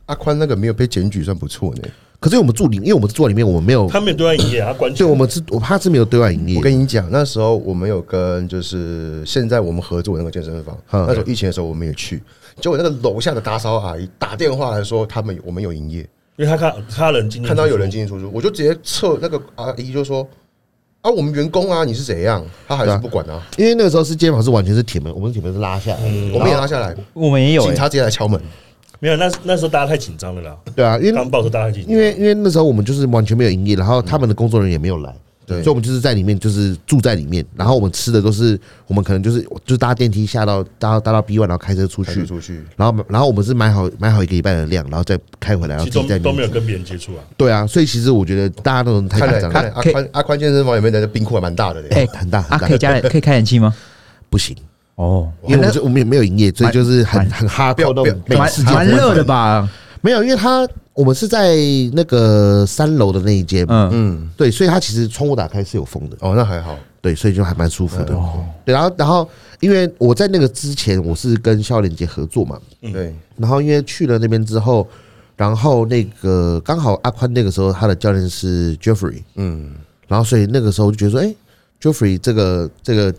B: 阿宽那个没有被检举算不错呢。
C: 可是我们住里，因为我们住在里面，我们没有，
D: 他们也对外营业，他关
C: 对，
D: 键
C: 我们是我怕是没有对外营业
B: 我，跟你讲，那时候我们有跟就是现在我们合作的那个健身房，
C: 嗯
B: 那时候疫情的时候我们也去，结果那个楼下的打扫阿姨打电话来说他们有我们有营业，
D: 因为他看他人
C: 嗯
D: 今天
B: 看到有人进进出出，我就直接撤那个阿姨就说啊我们员工啊你是怎样，他还是不管啊，
C: 因为那个时候是健身房是完全是铁门，我们铁门是拉下来的，
B: 我们也拉下来，
A: 我们也
C: 啊
A: 有欸
B: 警察直接来敲门，
D: 嗯没有，那那时候大家太紧张了啦，
C: 对啊，因为
D: 刚爆的时候大家太紧张，
C: 因为因为那时候我们就是完全没有营业，然后他们的工作人员也没有来，
B: 对
C: 所以我们就是在里面就是住在里面，然后我们吃的都是我们可能就是就是搭电梯下到搭搭到 B one，然后开车出
B: 抬出
C: 去，
B: 出去，
C: 然后然后我们是买好买好一个礼拜的量，然后再开回来，然后
D: 其
C: 自己再
D: 实都都没有
C: 面
D: 跟别人接触啊，
C: 对啊，所以其实我觉得大家都太
B: 看
C: 紧
B: 来
C: 张
B: 看来
C: 了，
B: 阿宽阿宽健身房里面的冰库还蛮大的嘞，
A: 哎
C: 很大很
A: 啊，
C: 大
A: 可以加冷可以开冷气吗？
C: 不行，
A: 哦，
C: 因为我们就我们也没有营业，所以就是很
A: 蛮
C: 很哈
B: 不要
C: 扣那
B: 不要
C: 种美
A: 蛮
C: 式
A: 蛮
C: 健身
A: 热的吧？
C: 没有，因为他我们是在那个三楼的那一间，
A: 嗯
B: 嗯，
C: 对，所以它其实窗户打开是有风的。
B: 哦那还好，
C: 对，所以就还蛮舒服的。
A: 哎
C: 对，然后然后因为我在那个之前我是跟肖连杰合作嘛，
B: 对，
C: 然后因为去了那边之后，然后那个刚好阿宽那个时候他的教练是 Jeffrey，
B: 嗯，
C: 然后所以那个时候就觉得说，哎、j e f f r e y 这个这个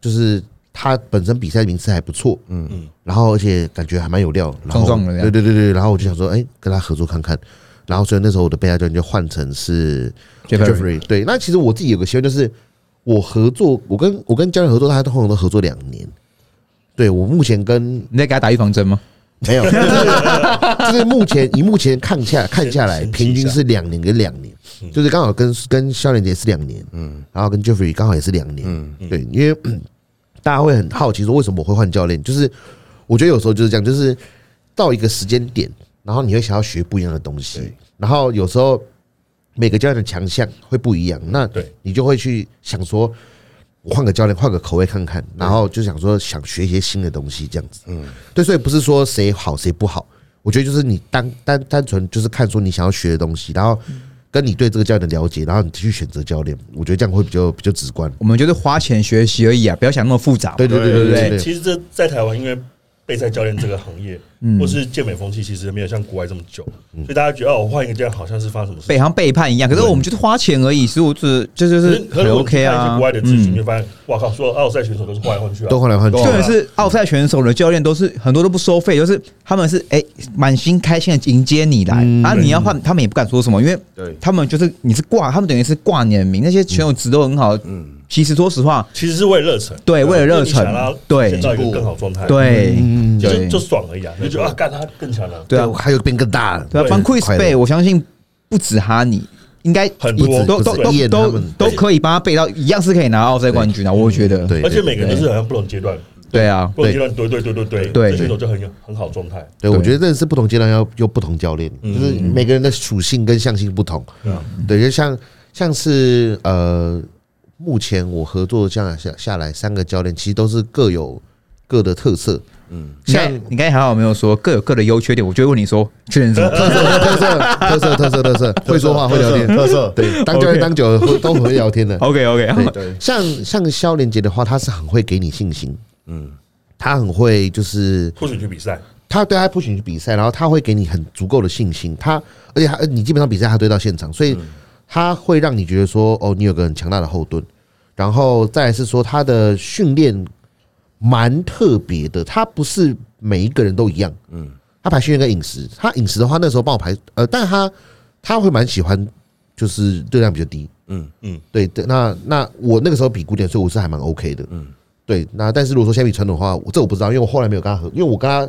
C: 就是他本身比赛名次还不错，嗯嗯，然后而且感觉还蛮有料，然后
A: 壮壮的这
C: 对
A: 样
C: 对对对，然后我就想说，哎、跟他合作看看。然后所以那时候我的备赛教练就换成是
A: Jeffrey
C: 对，那其实我自己有个习惯，就是我合作，我跟我跟教练合作，他通常都合作两年。对我目前跟
A: 你在给他打预防针吗？
C: 没有， 就是就是目前以目前看下看下来，
D: 先
C: 平均是两年跟两年，就是刚好跟跟肖连杰是两年，嗯，然后跟 Jeffrey 刚好也是两年，嗯，对，因为 嗯大家会很好奇说为什么我会换教练，就是我觉得有时候就是这样，就是到一个时间点，然后你会想要学不一样的东西，然后有时候每个教练的强项会不一样，那
D: 对
C: 你就会去想说。我换个教练，换个口味看看，然后就想说想学一些新的东西这样子。嗯，对，所以不是说谁好谁不好，我觉得就是你单单单纯就是看说你想要学的东西，然后跟你对这个教练的了解，然后你去选择教练，我觉得这样会比较比较直观。
A: 我们就是花钱学习而已啊，不要想那么复杂。
C: 对对对对
A: 对
C: 对
A: 不
C: 对
D: 其实这在台湾，因为备赛教练这个行业，
A: 嗯
D: 或是健美风气，其实没有像国外这么久，所以大家觉得哦，我换一个教练好像是发生什么事
A: 北。航背叛一样，可是我们就是花钱而已，所以我就是这就
D: 可
A: 是
D: 可
A: 很
D: 是我
A: OK
D: 看一
A: 啊
D: 些国。外的资讯，你就发现，哇靠，所有奥赛选手都是换来换去啊，
C: 都换来换去
A: 重，点是奥赛选手的教练都是很多都不收费，就是他们是哎满心开心的迎接你来，然后你要换，他们也不敢说什么，因为
B: 对
A: 他们就是你是挂，他们等于是挂你的名，那些选手值都很好。其实说实话，
D: 其实是为了热忱，啊
A: 对为了热忱
D: 就是你想要
A: 对
D: 建造一个更好状态，，
A: 对对
D: 就嗯就就爽而已啊，你就觉得啊，干他更强了，
A: 对啊，
C: 还有变更大了，
A: 对啊，
D: 对
A: 帮 Chris
C: 快乐
A: 背，我相信不止哈你，应该
D: 很
A: 都
D: 多
A: 都
C: 不
A: 都
C: 止不止
A: 都
C: 他
A: 都
C: 们
A: 都可以帮他背到，一样是可以拿奥赛冠军的，啊我觉得。
C: 对，
D: 而且每个人
A: 对
D: 都是好像不同阶段，
A: 对啊，
D: 不同阶段，对对对对对，
A: 对
D: 这选手就很有很好状态，
C: 对，
A: 对
C: 我觉得真的是不同阶段要有不同教练，就是每个人的属性跟向性不同。
D: 嗯
C: 对，就像像是呃，目前我合作下下下来三个教练，其实都是各有各的特色。嗯，
A: 你
C: 像
A: 看你刚才还好没有说各有各的优缺点，我就会问你说缺点是什么？
C: 特色特色特色特色，会说话会聊天，
B: 特色
C: 对，当教练
A: OK
C: 当久了会都很会 聊天的。
A: OK OK，
B: 对
C: 像像肖连杰的话，他是很会给你信心，嗯，他很会就是
D: 或许去比赛，
C: 他对他不许去比赛，然后他会给你很足够的信心。他而且他呃你基本上比赛他都会到现场，所以他会让你觉得说哦，你有个很强大的后盾。然后再来是说他的训练蛮特别的，他不是每一个人都一样，嗯，他排训练跟饮食，他饮食的话那时候帮我排，呃，但他他会蛮喜欢就是热量比较低，
B: 嗯
D: 嗯，
C: 对对，那那我那个时候比古典，所以我是还蛮 OK 的，嗯，对，那但是如果说相比传统的话，我这我不知道，因为我后来没有跟他合，因为我跟他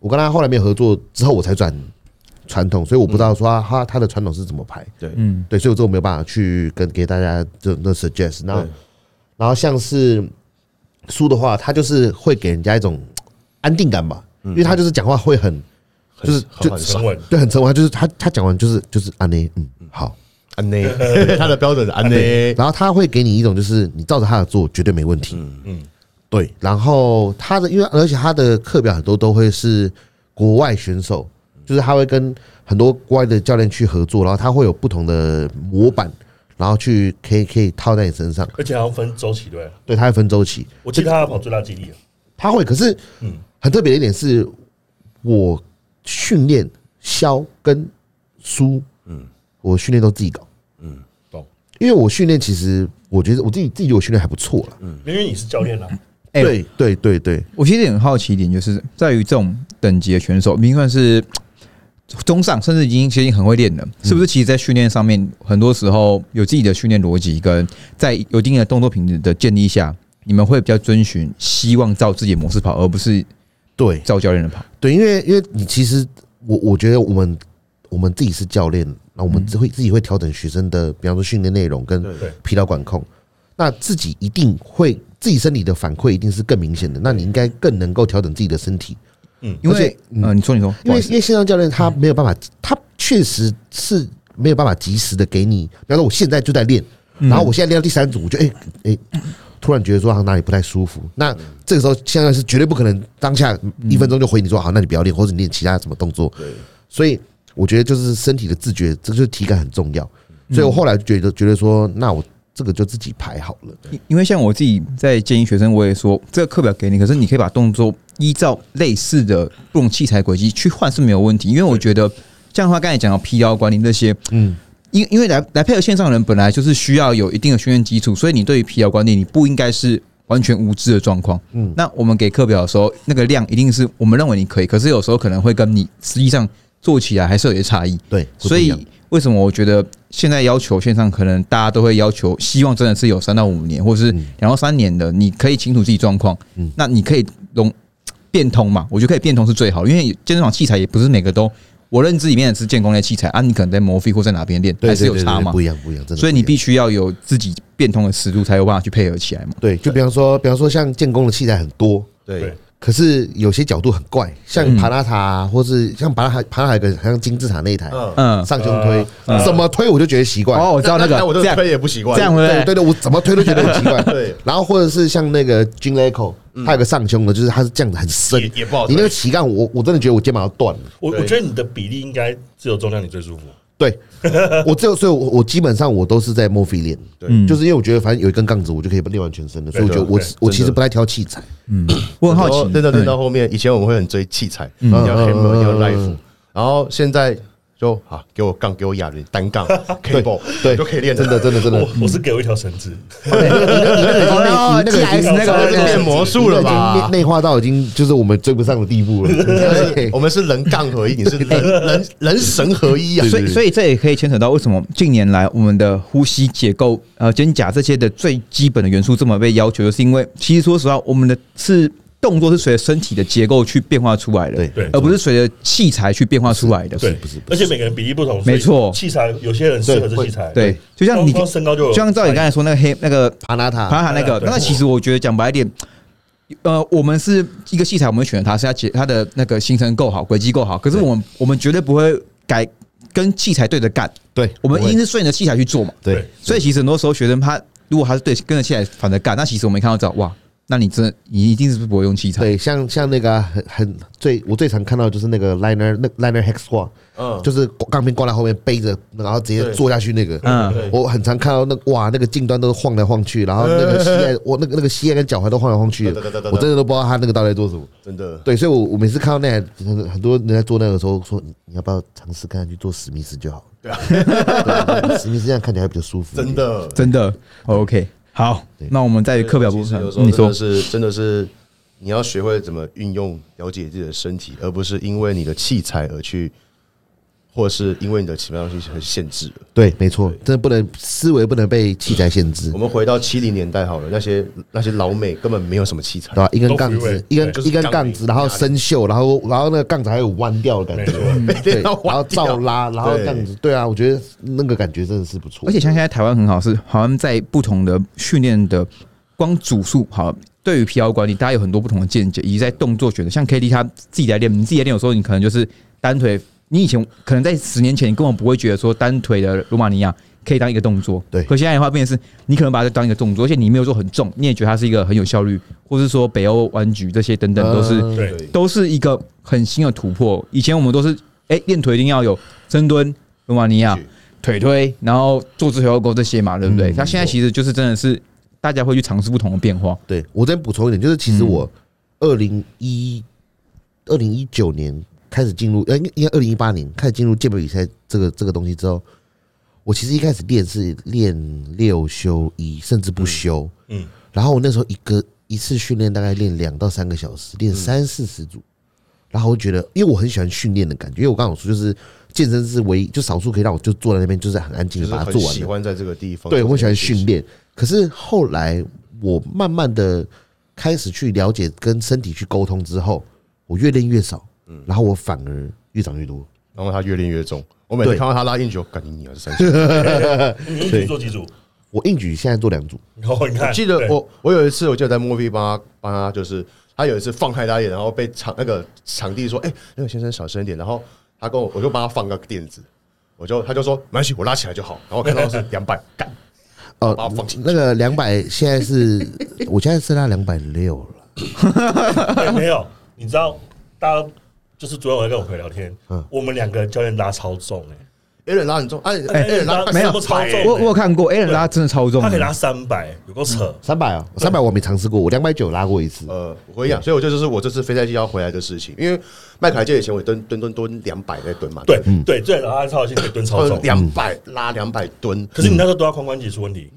C: 我跟他后来没有合作之后，我才转传统，所以我不知道说他他他的传统是怎么排，
B: 对
A: 嗯，
C: 对，所以我这我没有办法去跟给大家这那 suggest，那然后像是书的话，他就是会给人家一种安定感吧，因为他就是讲话会很
B: 很
C: 就是
B: 很
C: 就
B: 很
D: 沉稳，
C: 对很沉稳，他就是他他讲完就是就是安内，嗯，好。
B: 安内，他的标准是安内，
C: 然后他会给你一种就是你照着他的做绝对没问题，嗯
D: 嗯
C: 对。然后他的因为而且他的课表很多都会是国外选手，就是他会跟很多国外的教练去合作，然后他会有不同的模板，然后去可以可以套在你身上，
D: 而且还要分周期，对不对，
C: 对，他会分周期，
D: 我记得他要跑最大肌力啊，
C: 他会。可是
D: 嗯，
C: 很特别的一点是，我训练肖跟苏，嗯，我训练都自己搞，嗯
D: 懂，
C: 因为我训练其实我觉得我自己自己觉得我训练还不错了。
D: 因为你是教练啊，
A: 哎
C: 对对对对，
A: 我其实也很好奇一点，就是在于这种等级的选手，明明算是中上，甚至已经接近很会练了，是不是？其实，在训练上面，很多时候有自己的训练逻辑，跟在有一定的动作品质的建立下，你们会比较遵循，希望照自己的模式跑，而不是
C: 对
A: 照教练的跑。
C: 对，因为因为你其实我我觉得我们我们自己是教练，那我们自会自己会调整学生的，比方说训练内容跟
D: 嗯对
C: 疲劳管控，那自己一定会自己身体的反馈一定是更明显的，那你应该更能够调整自己的身体，
A: 因
C: 而且
A: 为，嗯、呃，你说，你说，不
C: 因
A: 好
C: 为
A: 意思
C: 因为线上教练他没有办法，他确实是没有办法及时的给你，比方说我现在就在练，
A: 嗯
C: 然后我现在练到第三组，我就哎哎、突然觉得说啊好像哪里不太舒服，那
A: 嗯
C: 这个时候现在是绝对不可能当下一分钟就回你说啊好，那你不要练，或者你练其他什么动作。所以我觉得就是身体的自觉，这就是体感很重要。
A: 嗯
C: 所以我后来就觉得觉得说，那我这个就自己排好了。
A: 因因为像我自己在建议学生，我也说这个课表给你，可是你可以把动作依照类似的不同器材轨迹去换是没有问题。因为我觉得这样的话，刚才讲到疲劳管理那些，
C: 嗯
A: 嗯，因因为来来配合线上的人本来就是需要有一定的训练基础，所以你对于疲劳管理你不应该是。完全无知的状况，嗯，那我们给课表的时候，那个量一定是我们认为你可以，可是有时候可能会跟你实际上做起来还是有些差异，
C: 对，
A: 所
C: 会不一
A: 以
C: 样
A: 为什么我觉得现在要求线上可能大家都会要求，希望真的是有三到五年，或者是
C: 嗯
A: 两到三年的，你可以清楚自己状况，那你可以容变通嘛？我觉得可以变通是最好的，因为健身房器材也不是每个都，我认知里面的是建工类器材啊，你可能在摩飞或在哪边练
C: 对
A: 还是
C: 对
A: 有
C: 对
A: 差
C: 对
A: 嘛
C: 不，一样不一样，真的不一样。
A: 所以你必须要有自己变通的尺度，才有办法去配合起来嘛。
C: 对，就比方说，比方说像建工的器材很多，
B: 对
A: 哦
D: 对，
C: 可是有些角度很怪，像
A: 嗯
C: 帕拉塔、啊，或是像帕拉塔帕拉塔有个像金字塔那一台，
B: 嗯，
A: 嗯，
C: 上胸推
D: 嗯
C: 怎么推我就觉得奇怪。
A: 哦，我知道那个
B: 我这
A: 这
B: 个
A: 样
B: 推也不习惯，
A: 这样
C: 对
A: 对
C: 对对，我怎么推都觉得很奇怪。
B: 对，
C: 然后或者是像那个 j i n l e c o 他有个上胸的，就是他是这样子很
B: 嗯
C: 深
B: 也，也不好
C: 你
B: 推
C: 那个旗杆，我我真的觉得我肩膀要断了。
D: 我我
B: 对
D: 觉得你的比例应该自由重量你最舒服，
C: 对，我这所以我，我基本上我都是在墨菲练，
A: 嗯
C: 就是因为我觉得反正有一根杠子，我就可以练完全身的，所以我觉得我
D: 对对对
C: 我其
B: 真
C: 实
B: 的
C: 不太挑器材，
A: 我很好奇，
B: 真的
A: 嗯
B: 练到后面，以前我们会很追器材，你要 hammer，你要 knife，然后现在就啊，给我杠，给我哑铃，单 杠 cable，
C: 对
B: 都可以练
C: 真的真的真的，
D: 我我是给我一条绳子，
A: 哦
C: 那个已经
A: GS 那
C: 那个已经
B: 这
A: 个
B: 个是变魔术哦了
C: 已经
B: 吧？
C: 内内化到已经就是我们追不上的地 步了。 对
B: 我们是人杠合一，你是人人人神合一啊！
A: 哎所以，所以这也可以牵扯到为什么近年来我们的呼吸结构、呃肩胛这些的最基本的元素这么被要求，就是因为其实说实话，我们的是动作是随着身体的结构去变化出来的，
C: 对
D: 对
A: 而不是随着器材去变化出来的，
D: 对，
C: 不是不
D: 而且每个人比例不同，
A: 没错
D: 所以器材有些人适合这器材，
A: 对，就像
D: 光
A: 你，
D: 光身高就有
A: 就像照你刚才说那个黑那个
C: 爬拿塔
A: 爬塔那个，
D: 对
A: 那其实我觉得讲白一点。呃，我们是一个器材，我们选择它是它结它的那个行程够好，轨迹够好。可是我们我们绝对不会改跟器材对着干，
C: 对，
A: 我们一定
C: 不会
A: 是顺着器材去做嘛。
C: 对
A: 所以其实很多时候学生他如果他是对跟着器材反着干，那其实我们看到知道哇，那你真的你一定是不会用器材。
C: 对，像像那个啊很很最我最常看到就是那个 liner 那 liner hex squat，
B: 嗯，
C: 就是钢片挂在后面背着，然后直接
B: 对
C: 坐下去那个。
A: 嗯
B: 对
C: 我很常看到那哇，那个近端都晃来晃去，然后那个膝 盖，我那个那个膝盖跟脚踝都晃来晃去的
B: 对对对对对
C: 我真的都不知道他那个到底在做什么。
B: 真的
C: 对，所以我我每次看到那台很很多人在做那个的时候，说你你要不要尝试看看去做史密斯就好了。对啊，史密斯这样看起来还比较舒服。
B: 真，的，
A: 真的 OK。好，那我们在课表部
B: 其实
A: 分
B: 有时，候
A: 你
B: 真
A: 说
B: 的是真的是你要学会怎么运用了解自己的身体，而不是因为你的器材而去，或是因为你的其他东西而限制了。
C: 对，没错，真的不能思维不能被器材限制
B: 我，们回到七零年代好了，那些那些老美根本没有什么器材
C: 对，吧？一根杠
D: 都 freeway，
C: 子，一根
D: 对
B: 就是
C: 一根
B: 杠
C: 杠
B: 铃
C: 子，然后生锈，然后然后那个杠子还有弯掉的感
D: 没
C: 觉
D: 错，
C: 对，然
B: 到弯
C: 后照拉，然后这样子，对啊，我觉得那个感觉真的是不错。
A: 而且像现在台湾很好，是好像在不同的训练的光组数好。对于疲劳管理，大家有很多不同的见解，以及在动作选择。像 K D 他自己来练，你自己来练，有时候你可能就是单腿，你以前可能在十年前，你根本不会觉得说单腿的罗马尼亚可以当一个动作，
C: 对
A: 可现在的话，变成是你可能把它当一个动作，而且你没有做很重，你也觉得它是一个很有效率，或是说北欧弯举这些等等，都是、
C: 嗯
D: 对
B: 对
A: 都是一个很新的突破。以前我们都是哎练、腿一定要有深蹲、罗马尼亚
B: 是、
A: 腿推，然后坐姿腿后勾这些嘛，对不对？
C: 嗯
A: 那现在其实就是真的是大家会去尝试不同的变化。
C: 对我再补充一点，就是其实我
B: 嗯
C: 二零一二零一九年开始进入，呃，应该二零一八年开始进入健美比赛这个这个东西之后，我其实一开始练是练六休一，甚至不休，
D: 嗯，
C: 然后我那时候一个一次训练大概练两到三个小时，练三四十组。然后我就觉得，因为我很喜欢训练的感觉，因为我刚刚有说，就是健身是唯一就少数可以让我就坐在那边，就是很安静
B: 就是
C: 的把它
B: 很
C: 哦做完
B: 喜
C: 的。
B: 欢在这个地方。
C: 对，我喜欢训。练。可是后来我慢慢的开始去了解跟身体去沟通之后，我越练越少，然后我反而越长越多。
B: 然后他越练越重。我每次
C: 对
B: 看到他拉硬球，感觉你还是三十。
D: 你一起做几组？
C: 我硬举现在做两组，
D: 然后你
B: 我
D: 看，
B: 记得
D: 哎对
B: 我我有一次，我记得在莫菲帮他帮他，就是他有一次放开他一点，然后被场那个场地说：“哎、那个先生小声一点。”然后他跟我我就帮他放个垫子，我就他就说：“没关系，我拉起来就好。”然后我看到是两百，干
C: 哦
B: 把它放进，去
C: 那个两百现在是， 我现在剩下两百六了。
D: 对哎没有，你知道，大家就是昨天我在跟我朋友聊天，我们两个教练拉超重哎、
B: a a 拉很重，哎
D: 欸，
B: a a 拉
A: 没有
D: 超
C: 哎
D: 重欸，
A: 我我有看过 a l 拉真的超重
D: 他可以
A: 的，
D: 拉三百，有够扯。
C: 三百啊，哦三百我没尝试过，我两百九拉过一次。
B: 呃，我跟你讲，所以我这就是我这次飞赛季要回来的事情，因为麦凯杰以前我蹲蹲蹲蹲两百在蹲嘛，
D: 对对，最拉超轻可以蹲超重嗯
B: 呃，，两百拉两百蹲，
D: 可是你那时候都要髋关节出问题，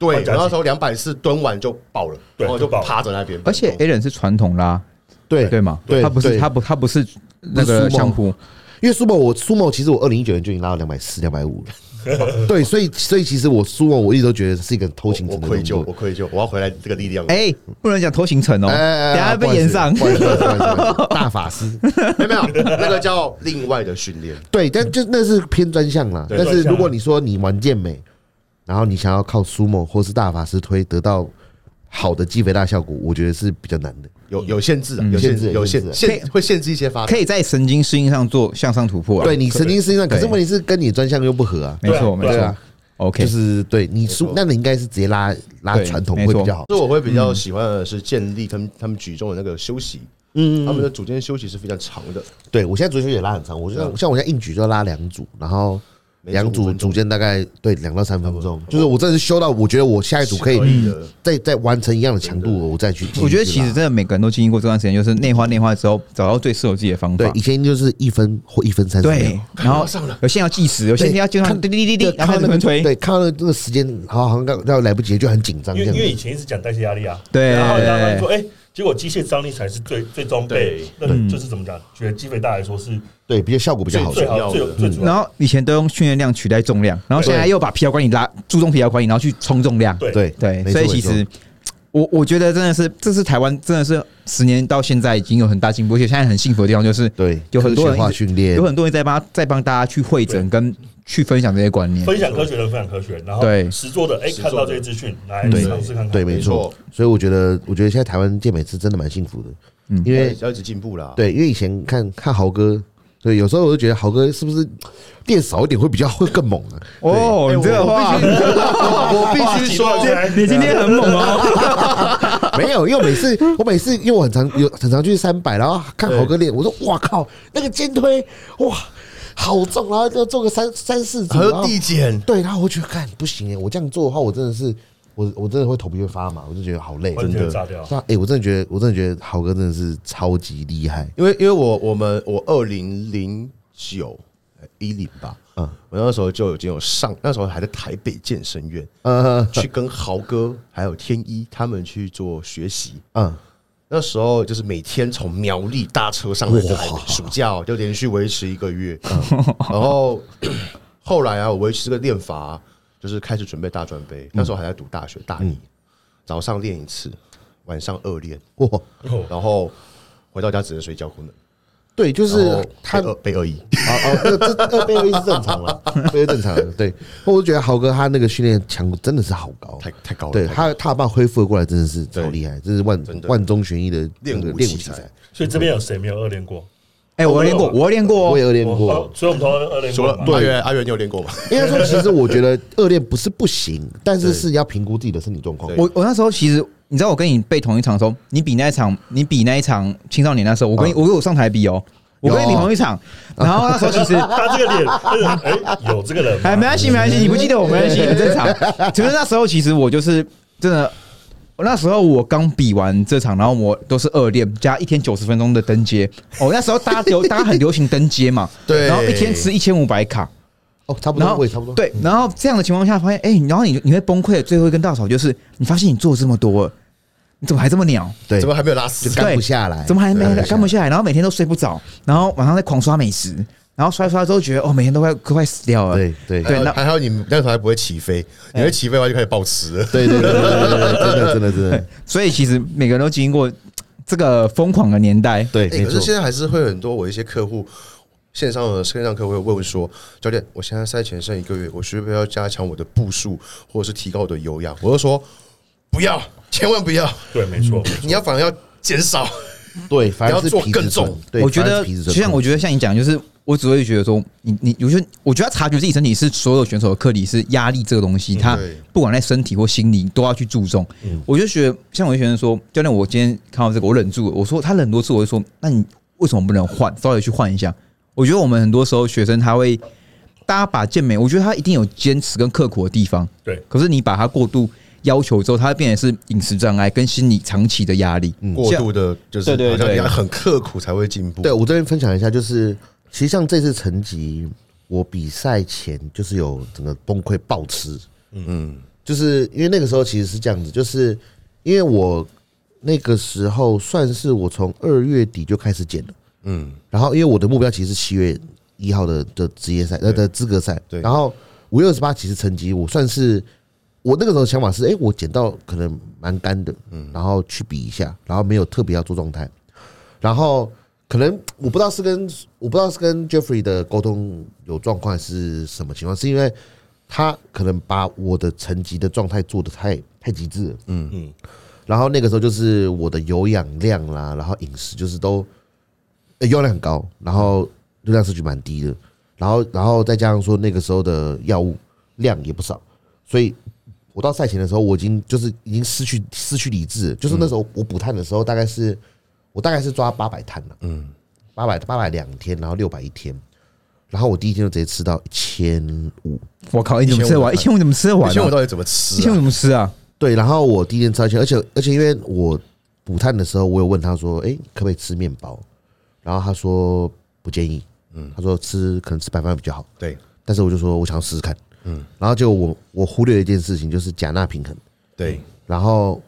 B: 对，
D: 换夹
B: 然后那
D: 击
B: 时候两百四蹲完就爆了，
D: 对
B: 然后就
D: 就爆了
B: 趴在那边，
A: 而且 a l 是传统拉，
C: 对
A: 对吗？
C: 对，
A: 他不是
C: 对
A: 他不他不是那
C: 不是
A: 个
C: sumo
A: 相扑，
C: 因为苏某我苏某其实我二零一九年就已经拉到两百四、两百五了。 对，所以所以其实我苏某我一直都觉得是一个偷
B: 我
C: 情
B: 我
C: 成的
B: 愧
C: 动
B: 疚，
C: 作
B: 我。愧疚，我要回来这个力量。
A: 哎，不能讲偷行程哦，
C: 哎，
A: 等下被延上。
C: 不好意思不好意思不好意思不好意思大法师。
B: 没有没有，那个叫另外的训练。
C: 对，但就那是偏专项啦。
B: 对
C: 但是
D: 专项
C: 如果你说你玩健美，然后你想要靠苏某或是大法师推得到好的肌肥大效果，我觉得是比较难的。
B: 有有限制啊，有限制，有限
A: 制
C: 有限
B: 限会限制一些发展。
A: 可以在神经适应上做向上突破啊。
C: 对你神经适应上，可是
A: 对
C: 问题是跟你专项又不合啊。
A: 没错
D: 对
A: 没
D: 啊
C: 对
A: 错
C: 啊，
A: ，OK，
C: 就是对你苏
B: 错，
C: 那你应该是直接拉拉
A: 对
C: 传统
A: 没
C: 会
A: 错
C: 比较好。
B: 所以我会比较喜欢的是建立他们他们举重的那个休息，嗯，他们的组间休息是非常长的，
C: 对我现在足球也拉很长，我就像像我现在硬举就拉两组，然后
E: 每
C: 两
E: 五
C: 组
E: 分钟
C: 组间大概对两到三分钟，就是我真的是修到，我觉得我下一组可
D: 可
C: 以嗯
D: 以的，
C: 再再完成一样的强度，我再去。
A: 我觉得其实真的每个人都经历过这段时间，就是内化内化之后，找到最适合自己的方
C: 对
A: 法
C: 以。前就是一分或一分三十
A: 对
C: 秒。，
A: 然后有些要计时，有些要就像滴滴滴滴，然后那边推。
C: 对，看到那个时间，好好像要来不及，就很紧张
D: 因
C: 这
D: 为
C: 样
D: 因为
C: 子。
D: 以前一直讲代谢压力啊，
A: 对
D: 然后大家说，哎，结果机械张力才是最最终备
B: 对，
D: 那你就是怎么讲？觉得肌肥大来说是
C: 对，比较效果比较
D: 最
C: 好。
D: 最
B: 重要
D: 好
B: 的嗯
D: 最有最主
A: 然
D: 要的，
A: 后以前都用训练量取代重量，然后现在又把疲劳管理拉注重疲劳管理，然后去冲重量。
D: 对
C: 对
A: 对，
C: 没错
A: 所以其
C: 没
A: 实我我觉得真的是，这是台湾真的是十年到现在已经有很大进步，而且现在很幸福的地方就是，
C: 对
A: 有很多
C: 科
A: 人
C: 学化
A: 一直
C: 训练
A: 有，很多人在帮在帮大家去会诊跟去分享这些观念。
D: 分享科学的分享科学，然后
A: 对
D: 实做的，哎，
B: 实
D: 看
B: 做的
D: 到这些资讯来
C: 对
D: 尝试看看，
C: 对，没错
B: 没错。
C: 所以我觉得，我觉得现在台湾健美是真的蛮幸福的，
A: 嗯
C: 因为
B: 要一直进步啦。，
C: 对，因为以前看看豪哥，对，有时候我就觉得豪哥是不是练少一点会比较会更猛啊？
A: 哦，你这个话，
B: 我必须说，
A: 你今天很猛哦。
C: 没有，因为每次 我每次因为我很常有很常去三百，然后看豪哥练，我说哇靠，那个肩推哇好重，然后要做个三三四组，
B: 还
C: 然
B: 有
C: 后
B: 递减，
C: 对，然后我就觉得干不行耶，我这样做的话，我真的是我我真的会头皮会发麻，我就觉得好累，
D: 完
C: 真
D: 全
C: 的。
D: 炸掉。
C: 那哎、我真的觉得，我真的觉得豪哥真的是超级厉害，
B: 因为因为我我们我二零零九一零吧，
C: 嗯
B: 嗯，我那时候就已经有上，那时候还在台北健身院
C: 嗯
B: 去跟豪哥还有天一他们去做学习。
C: 嗯，
B: 那时候就是每天从苗栗搭车上来台
C: 哇
B: 北，暑假哦就连续维持一个月，
C: 嗯
B: 然后 后来啊，我维持这个练法啊、就是开始准备大专杯，那时候还在读大学大一，
C: 嗯
B: 早上练一次，晚上二练，
C: 嗯哇，
B: 然后回到家只能睡觉，功能
C: 对，就是他
B: 然后呃被二被二一，
C: 哦哦，这个这二倍二一是正常了，这是正常的。对， 我就觉得豪哥他那个训练强度真的是好高，
B: 太太高了，
C: 对
B: 太高了
C: 他他把恢复过来真的是超厉害，这是万
B: 真的
C: 万中选一的
B: 练
C: 那个
B: 武
C: 练武
B: 奇
C: 奇
B: 才
C: 才。
D: 所以这边有谁没有二连过？
A: 哎，我练过，我练过
C: 我
A: 哦
C: 也。有练
D: 我
C: 过，
D: 所以我们同样二连
B: 除
D: 过
B: 了
D: 嘛。
B: 阿元，阿元你有练过吗？
C: 应该说其实我觉 得恶练不是不行，但是是要评估自己的身体状况。
B: 对
A: 我我那时候其实，你知道我跟你背同一场的时候，你比那一场，你比那一场青少年那时候，我跟你、我跟我上台比哦，我跟你比同一场，然后那时候 其实
D: 他这个脸，哎，有这个人吗？
A: 哎，没关系没关系，你不记得我没关系，很正常。其实那时候其实我就是真的。我那时候我刚比完这场，然后我都是二练加一天九十分钟的登阶。哦，那时候大家流大家很流行登阶 嘛，
B: 对
A: 然后一天吃一千五百卡，
C: 哦，差不
A: 然
C: 多，
A: 后
C: 我也差不多。
A: 对，然后这样的情况下发现，哎、然后你你会崩溃的最后一根稻草就是你发现你做了这么多了，你怎么还这么鸟？
C: 对
B: 怎，么还没有拉丝？
C: 干不下来，
A: 怎么还没
C: 对
A: 干不？下来？然后每天都睡不着，然后晚上在狂刷美食，然后刷一刷之后觉得哦，每天都快快死掉了。
C: 对
A: 对
C: 对对
B: 还
A: 那
B: 好还好你那时哎候还不会起飞，你会起飞的话就开始暴吃了。
C: 对对对对对，真的真的真 的，
A: 所以其实每个人都经过这个疯狂的年代。
C: 对，
B: 欸
C: 没
B: 可是现
C: 错，
B: 在还是会很多我一些客户。线上的线上客户会问说：“教练，我现在赛前剩一个月，我需不需要加强我的步数，或者是提高我的有氧？”我就说：“不要，千万不 要！
D: 对，没错，
B: 你要反而要减少。
C: 对，反正是
B: 做
C: 皮质
B: 更重
C: 醇对
A: 我觉
C: 反而是
A: 得
C: 皮质
A: 就
C: 醇
A: 像我觉得像你讲，就是我只会觉得说，你你，我觉得我觉得察觉自己身体是所有选手的课题，是压力这个东西，他
B: 嗯对嗯
A: 不管在身体或心理都要去注重。我就觉得像我一些学生说，教练，我今天看到这个，我忍住了，我说他忍多次，我就说，那你为什么不能换，稍微去换一下？我觉得我们很多时候学生他会，大家把健美，我觉得他一定有坚持跟刻苦的地方，
D: 对，
A: 可是你把他过度要求之后，他会变成是饮食障碍跟心理长期的压力。”
B: 过度的，就
A: 对
B: 是
A: 对
B: 好像你
A: 对
B: 要很刻苦才会进步。
C: 对，我这边分享一下，就是其实像这次成绩，我比赛前就是有整个崩溃暴吃，嗯，就是因为那个时候其实是这样子，就是因为我那个时候算是我从二月底就开始减了，嗯，然后因为我的目标其实是七月一号的的职业赛呃的资格赛，
B: 对
C: 然后五月二十八其实成绩我算是。我那个时候想法是，哎、我减到可能蛮干的，嗯，然后去比一下，然后没有特别要做状态，然后可能我不知道是跟我不知道是跟 Jeffrey 的沟通有状况还是什么情况，是因为他可能把我的成绩的状态做的太太极致了，嗯嗯，然后那个时候就是我的有氧量啦，然后饮食就是都、呃有氧量很高，然后热量摄取蛮低的，然后然后再加上说那个时候的药物量也不少，所以。我到赛前的时候，我已经就是已经失去失去理智了，就是那时候我补碳的时候，大概是我大概是抓八百碳了，嗯，八百八百两天，然后六百一天，然后我第一天就直接吃到一千五，
A: 我靠，你怎么吃得完？一千五怎么吃得完
B: 以前我
A: 啊？
B: 到底怎么
A: 一
B: 吃
A: 千五？
B: 啊
A: 怎么吃啊？
C: 对，然后我第一天吃到一千，而且而且因为我补碳的时候，我有问他说，哎、可不可以吃面包？然后他说不建议，嗯，他说吃可能吃白饭比较好，
B: 对
C: 但是我就说我想要试试看，嗯，然后就我我忽略了一件事情，就是钾钠平衡，
B: 对
C: 然后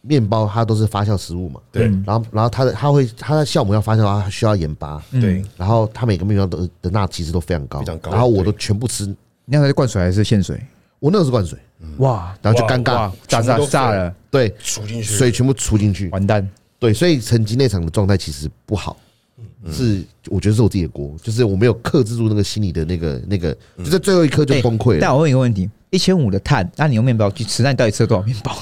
C: 面包它都是发酵食物嘛，
B: 对
C: 然后然后它的它会它的酵母要发酵，它需要盐巴，
B: 对，
C: 然后它每个面包的的钠其实都非常高，
B: 非常高
C: 然后我都全部吃，
A: 你那时候是灌水还是限水？
C: 我那时候是灌水，
A: 哇
C: 然后就尴尬
A: 哇，，炸
B: 全
A: 炸
B: 部都
A: 炸
B: 废
A: 了，
C: 对，
B: 输进去，
C: 水全部出进去，
A: 完蛋！
C: 对，所以成绩那场的状态其实不好，是我觉得是我自己的锅，就是我没有克制住那个心里的那个那个，就在最后一刻就
A: 哎
C: 崩溃
A: 但
C: 了。
A: 我问一个问题：一千五的碳，那你用面包去吃，那你到底吃了多少面包？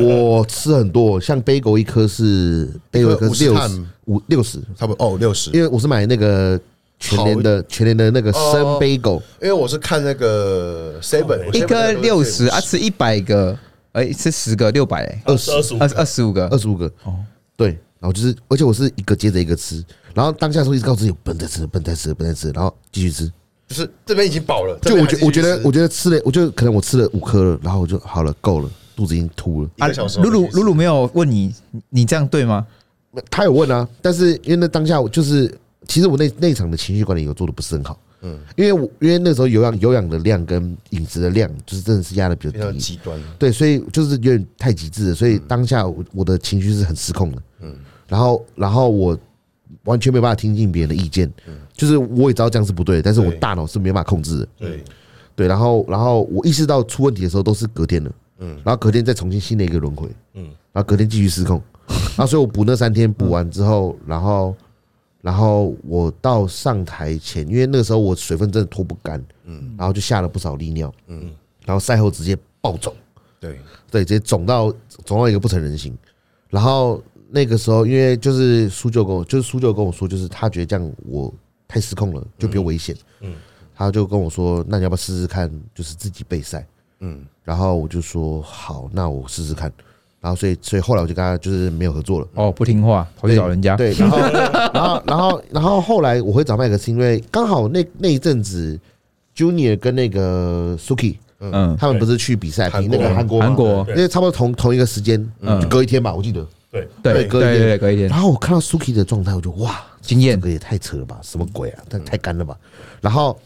C: 我吃很多，像 bagel 一颗是 bagel 一颗
B: 50
C: 六十
B: 碳
C: 五六十，
B: 差不多哦六十，因
C: 因为我是买那个全年的全年的那个生
B: 哦
C: bagel，
B: 为我是看那个 seven
A: 一个六十啊，吃一百个，哎，吃十个六百，
D: 二十二十五
A: 二二十五个
C: 二，十五个哦，对，然后就是，而且我是一个接着一个吃，然后当下的时候一直告诉自己不能再吃了，不能再吃了，不能再吃了，然后继续吃。
B: 就是这边已经饱了，
C: 就我觉我觉得我
B: 觉
C: 觉得吃了，我就可能我吃了五颗了，然后我就好了，够了，肚子已经吐了。
B: 一个小时
A: 啊露露露露没有问你，你你这样对吗？
C: 他有问啊，但是因为那当下我就是，其实我那那一场的情绪管理有做的不是很好，嗯，因为我因为那时候有氧有氧的量跟饮食的量就是真的是压的比
B: 非
C: 较
B: 常
C: 低，
B: 极端，
C: 对，所以就是有点太极致了，所以当下我我的情绪是很失控的，嗯，然后然后我完全没办法听进别人的意见，就是我也知道这样是不嗯对的，但嗯是我
B: 对
C: 大脑是没办法控制的，
B: 对，
C: 对，然后然后我意识到出问题的时候都是隔天了，嗯，然后隔天再重新新的一个轮回，嗯，然后隔天继续 失控，然后所以我补那三天补完之后，然后然后我到上台前，因为那个时候我水分真的拖不干，嗯，然后就下了不少利尿，嗯，然后赛后直接暴肿，
B: 对，
C: 对，直接肿到肿到一个不成人形，然后那个时候因为就是苏舅跟我就是苏舅跟我说，就是他觉得这样我太失控了，就比较危险，他就跟我说：“那你要不要试试看？就是自己备赛。”嗯，然后我就说：“好，那我试试看。”然后所以所以后来我就跟他就是没有合作了，
A: 哦，不听话，跑去找人家。
C: 对，然后 然后然后然后后来我会找麦克，是因为刚好那那一阵子，Junior 跟那个 Suki
A: 嗯，
C: 他们不是去比赛，
B: 对
C: 比那个韩国吗
A: 韩，国，
C: 因为差不多同同一个时间，
A: 嗯
C: 就隔一天吧，我记得。
D: 对，
A: 对
C: 对
A: 对
C: 隔一
A: 对
C: 天
A: 对，隔一天
C: 然后我看到 Suki 的状态，我就哇，
A: 经验
C: 这个也太扯了吧，什么鬼啊？但太干了吧。然后，